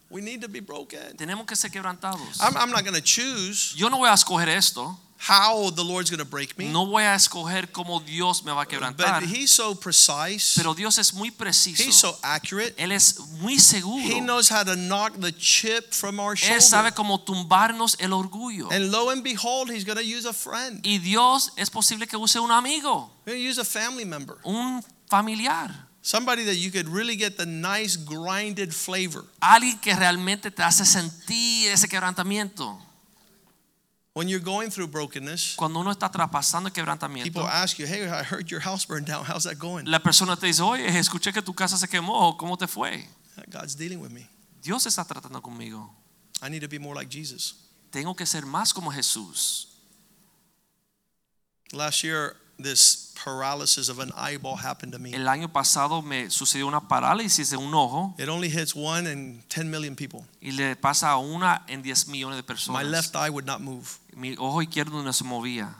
Speaker 1: We need to be broken.
Speaker 2: Tenemos que ser quebrantados.
Speaker 1: I'm, I'm not going to choose
Speaker 2: Yo no voy a escoger esto.
Speaker 1: how the Lord's going to break me.
Speaker 2: No voy a escoger cómo Dios me va a
Speaker 1: But
Speaker 2: quebrantar.
Speaker 1: he's so precise.
Speaker 2: Pero Dios es muy
Speaker 1: He's
Speaker 2: preciso.
Speaker 1: so accurate.
Speaker 2: Él es muy
Speaker 1: He
Speaker 2: seguro.
Speaker 1: knows how to knock the chip from our
Speaker 2: Él sabe
Speaker 1: shoulder.
Speaker 2: cómo tumbarnos el orgullo.
Speaker 1: And lo and behold, he's going to use a friend.
Speaker 2: Y Dios es posible que use un amigo,
Speaker 1: He's going to use a family member.
Speaker 2: un familiar,
Speaker 1: Somebody that you could really get the nice grinded flavor.
Speaker 2: alguien que realmente te hace sentir ese quebrantamiento.
Speaker 1: When you're going through brokenness,
Speaker 2: Cuando uno está traspasando el
Speaker 1: people
Speaker 2: quebrantamiento,
Speaker 1: ask you, hey, I heard your house burned down. How's that going?
Speaker 2: la persona te dice, oye, escuché que tu casa se quemó, ¿cómo te fue?
Speaker 1: God's dealing with me.
Speaker 2: Dios está tratando conmigo.
Speaker 1: I need to be more like Jesus.
Speaker 2: Tengo que ser más como Jesús.
Speaker 1: Last year, this paralysis of an eyeball happened to me.
Speaker 2: El año pasado me sucedió una parálisis de un ojo
Speaker 1: It only hits one in 10 million people.
Speaker 2: y le pasa a una en 10 millones de
Speaker 1: My
Speaker 2: personas.
Speaker 1: left eye would not move.
Speaker 2: Mi ojo izquierdo no se movía.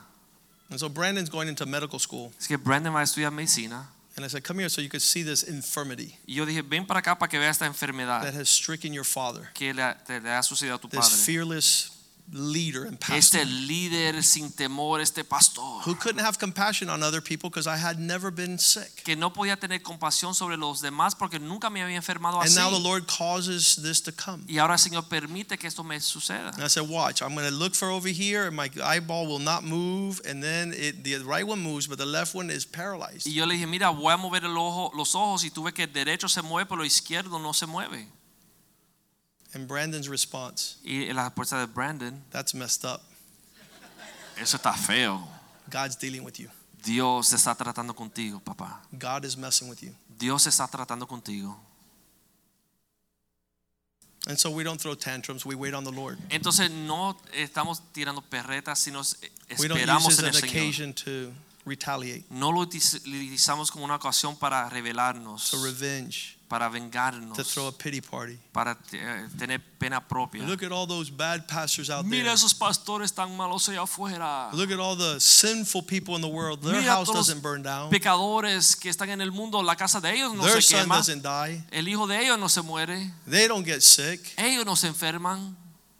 Speaker 1: And so Brandon's going into medical school.
Speaker 2: Así que Brandon va a estudiar medicina.
Speaker 1: And I said, Come here so you could see this infirmity
Speaker 2: Y yo dije, ven para acá para que vea esta
Speaker 1: that
Speaker 2: enfermedad
Speaker 1: has stricken your father,
Speaker 2: que le, ha- te- le ha sucedido a tu
Speaker 1: this
Speaker 2: padre.
Speaker 1: fearless leader and pastor
Speaker 2: Este líder sin temor, este pastor,
Speaker 1: who couldn't have compassion on other people because I had never been sick.
Speaker 2: que no podía tener compasión sobre los demás porque nunca me había enfermado
Speaker 1: And
Speaker 2: así.
Speaker 1: now the Lord causes this to come.
Speaker 2: Y ahora el Señor permite que esto me suceda.
Speaker 1: And I said, Watch, I'm going to look for over here, and my eyeball will not move. And then it, the right one moves, but the left one is paralyzed.
Speaker 2: Y yo le dije, mira, voy a mover el ojo, los ojos y tú ves que el derecho se mueve, pero el izquierdo no se mueve.
Speaker 1: And Brandon's response,
Speaker 2: Y la respuesta de Brandon,
Speaker 1: That's messed up.
Speaker 2: eso está feo.
Speaker 1: God's dealing with you.
Speaker 2: Dios está tratando contigo, papá.
Speaker 1: God is messing with you.
Speaker 2: Dios está tratando contigo.
Speaker 1: And so we don't throw tantrums, we wait on the Lord.
Speaker 2: Entonces no estamos tirando perretas, sino eh,
Speaker 1: We don't use
Speaker 2: esperamos
Speaker 1: this
Speaker 2: en el
Speaker 1: as an
Speaker 2: Señor.
Speaker 1: occasion to retaliate,
Speaker 2: No lo utiz- utilizamos como una ocasión para
Speaker 1: to
Speaker 2: revelarnos,
Speaker 1: revenge,
Speaker 2: para
Speaker 1: to throw a
Speaker 2: vengarnos,
Speaker 1: pity party.
Speaker 2: para eh, tener pena propia.
Speaker 1: Look at all those bad pastors out there.
Speaker 2: Mira esos pastores tan malos allá afuera.
Speaker 1: Look at all the sinful people in the world. Their
Speaker 2: Mira
Speaker 1: house
Speaker 2: todos-
Speaker 1: doesn't burn down,
Speaker 2: Pecadores que están en el mundo, la casa de ellos no
Speaker 1: their
Speaker 2: se
Speaker 1: son
Speaker 2: quema.
Speaker 1: doesn't die,
Speaker 2: El hijo de ellos no se muere.
Speaker 1: they don't get sick.
Speaker 2: Ellos no se enferman.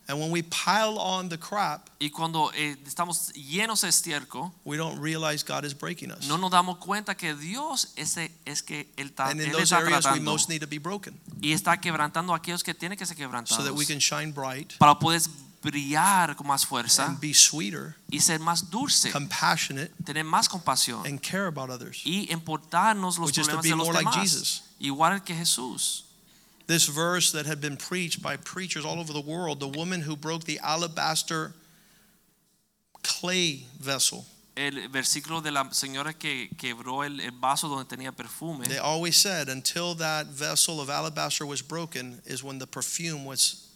Speaker 1: And when we pile on the crap,
Speaker 2: Y cuando eh, estamos llenos de estiércol,
Speaker 1: we don't realize God is breaking us.
Speaker 2: no nos damos cuenta que Dios ese, es que Él, ta-
Speaker 1: And in
Speaker 2: Él
Speaker 1: those
Speaker 2: está
Speaker 1: areas, we
Speaker 2: tratando
Speaker 1: most need to be broken
Speaker 2: y está quebrantando a aquellos que tienen que ser quebrantados
Speaker 1: so that we can shine bright
Speaker 2: para poder brillar con más fuerza
Speaker 1: and be sweeter,
Speaker 2: y ser más dulce,
Speaker 1: compassionate,
Speaker 2: tener más compasión
Speaker 1: and care about others.
Speaker 2: y importarnos los
Speaker 1: Which is to
Speaker 2: problemas
Speaker 1: be
Speaker 2: de los
Speaker 1: more like
Speaker 2: demás,
Speaker 1: Jesus.
Speaker 2: igual que Jesús.
Speaker 1: This verse that had been preached by preachers all over the world, the woman who broke the alabaster clay vessel.
Speaker 2: El versículo de la señora que quebró el, el vaso donde tenía perfume.
Speaker 1: They always said, until that vessel of alabaster was broken, is when the perfume was.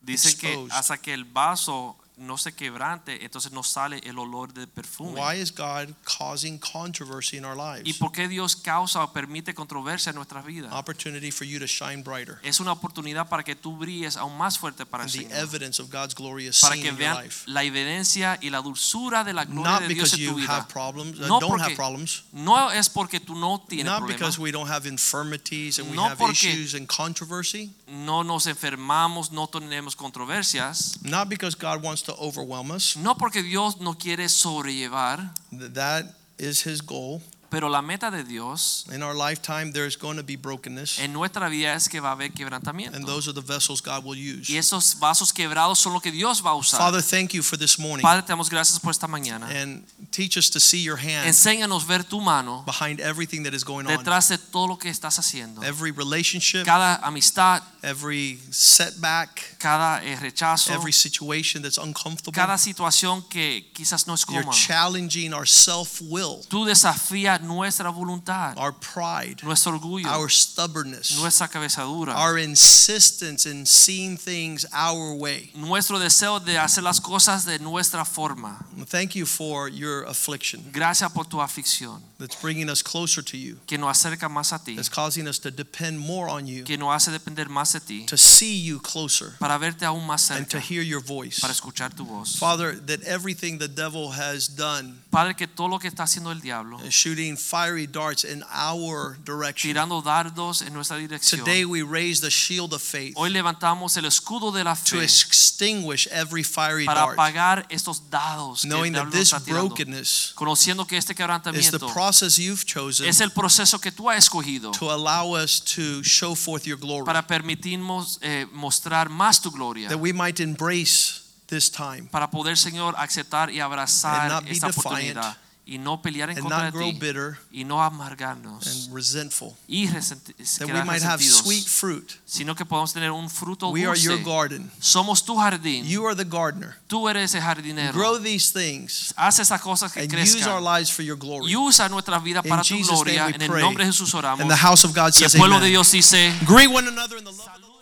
Speaker 2: Dice que
Speaker 1: Exposed.
Speaker 2: hasta que el vaso no se quebrante, entonces no sale el olor del perfume.
Speaker 1: Why is God causing controversy in our
Speaker 2: ¿Y
Speaker 1: lives?
Speaker 2: por qué Dios causa o permite controversia en nuestras vidas?
Speaker 1: Opportunity for you to shine brighter.
Speaker 2: Es una oportunidad para que tú brilles aún más fuerte para el
Speaker 1: And the
Speaker 2: Señor.
Speaker 1: evidence of God's glory is
Speaker 2: Ah, Para
Speaker 1: seen
Speaker 2: que
Speaker 1: in your
Speaker 2: vean
Speaker 1: life.
Speaker 2: la evidencia y la dulzura de la gloria
Speaker 1: Not
Speaker 2: de Dios
Speaker 1: because
Speaker 2: en tu
Speaker 1: you have
Speaker 2: vida.
Speaker 1: problems, uh,
Speaker 2: No
Speaker 1: don't have
Speaker 2: porque-
Speaker 1: problems.
Speaker 2: No es porque tú no tienes
Speaker 1: Not
Speaker 2: problemas,
Speaker 1: because we don't have infirmities and we
Speaker 2: No
Speaker 1: have
Speaker 2: porque-
Speaker 1: issues and controversy.
Speaker 2: no nos enfermamos, no tenemos controversias,
Speaker 1: Not because God wants to overwhelm us.
Speaker 2: no porque Dios no quiere sobrellevar,
Speaker 1: Th- That is His goal.
Speaker 2: pero la meta de Dios
Speaker 1: In our lifetime, there's going to be brokenness,
Speaker 2: en nuestra vida es que va a haber
Speaker 1: and
Speaker 2: quebrantamiento.
Speaker 1: those are the vessels God will use.
Speaker 2: Y esos vasos quebrados son lo que Dios va a usar.
Speaker 1: Father, thank you for this morning,
Speaker 2: Padre, te damos gracias por esta mañana.
Speaker 1: and teach us to see Your hand
Speaker 2: Enséñanos ver tu mano
Speaker 1: behind everything that is going on.
Speaker 2: detrás de todo lo que estás haciendo.
Speaker 1: Every relationship,
Speaker 2: Cada amistad,
Speaker 1: every setback,
Speaker 2: cada eh, rechazo,
Speaker 1: every situation that's uncomfortable.
Speaker 2: cada situación que quizás no es
Speaker 1: You're
Speaker 2: cómoda.
Speaker 1: challenging our self-will,
Speaker 2: Tú desafías nuestra voluntad,
Speaker 1: our pride,
Speaker 2: nuestro orgullo,
Speaker 1: our stubbornness.
Speaker 2: nuestra cabezadura,
Speaker 1: our insistence in seeing things our way.
Speaker 2: nuestro deseo de hacer las cosas de nuestra forma.
Speaker 1: Thank you for your affliction
Speaker 2: Gracias por tu aflicción,
Speaker 1: that's bringing us closer to you,
Speaker 2: que nos acerca más a ti,
Speaker 1: that's causing us to depend more on you,
Speaker 2: que nos hace depender más de ti,
Speaker 1: to see you closer,
Speaker 2: para verte aún más
Speaker 1: and to
Speaker 2: cerca,
Speaker 1: hear your voice.
Speaker 2: para escuchar tu voz.
Speaker 1: Father, that everything the devil has done,
Speaker 2: Padre, que todo lo que está haciendo el diablo,
Speaker 1: shooting fiery darts in our direction,
Speaker 2: tirando dardos en nuestra dirección,
Speaker 1: today we raise the shield of faith
Speaker 2: hoy levantamos el escudo de la
Speaker 1: to
Speaker 2: fe
Speaker 1: extinguish every fiery
Speaker 2: para
Speaker 1: dart,
Speaker 2: apagar estos dados que el
Speaker 1: knowing that
Speaker 2: diablo
Speaker 1: this
Speaker 2: está tirando.
Speaker 1: brokenness
Speaker 2: conociendo que
Speaker 1: is
Speaker 2: este
Speaker 1: the
Speaker 2: quebrantamiento
Speaker 1: process you've chosen
Speaker 2: es el proceso que tú has escogido
Speaker 1: to allow us to show forth your glory.
Speaker 2: para permitirnos eh, mostrar más tu gloria,
Speaker 1: that we might embrace this time
Speaker 2: para poder, Señor, aceptar y
Speaker 1: And not
Speaker 2: abrazar
Speaker 1: be
Speaker 2: esta
Speaker 1: defiant.
Speaker 2: oportunidad y no pelear en
Speaker 1: and
Speaker 2: contra
Speaker 1: not
Speaker 2: de
Speaker 1: grow
Speaker 2: ti
Speaker 1: bitter
Speaker 2: y no amargarnos
Speaker 1: and resentful.
Speaker 2: y resenti-
Speaker 1: That we
Speaker 2: quedar
Speaker 1: might have
Speaker 2: resentidos,
Speaker 1: sweet fruit.
Speaker 2: sino que podamos tener un fruto
Speaker 1: We are your
Speaker 2: dulce.
Speaker 1: garden.
Speaker 2: Somos tu jardín,
Speaker 1: You are the gardener.
Speaker 2: tú eres el jardinero.
Speaker 1: Grow these things
Speaker 2: Haz esas cosas que
Speaker 1: and use our
Speaker 2: crezcan
Speaker 1: lives for your glory.
Speaker 2: y usa nuestra vida
Speaker 1: In
Speaker 2: para tu
Speaker 1: Jesus' name
Speaker 2: gloria.
Speaker 1: we
Speaker 2: En el
Speaker 1: pray.
Speaker 2: nombre de Jesús oramos.
Speaker 1: And the house of God
Speaker 2: Y el
Speaker 1: says,
Speaker 2: pueblo de
Speaker 1: Amen.
Speaker 2: Dios dice.
Speaker 1: Greet one another in the love of the Lord.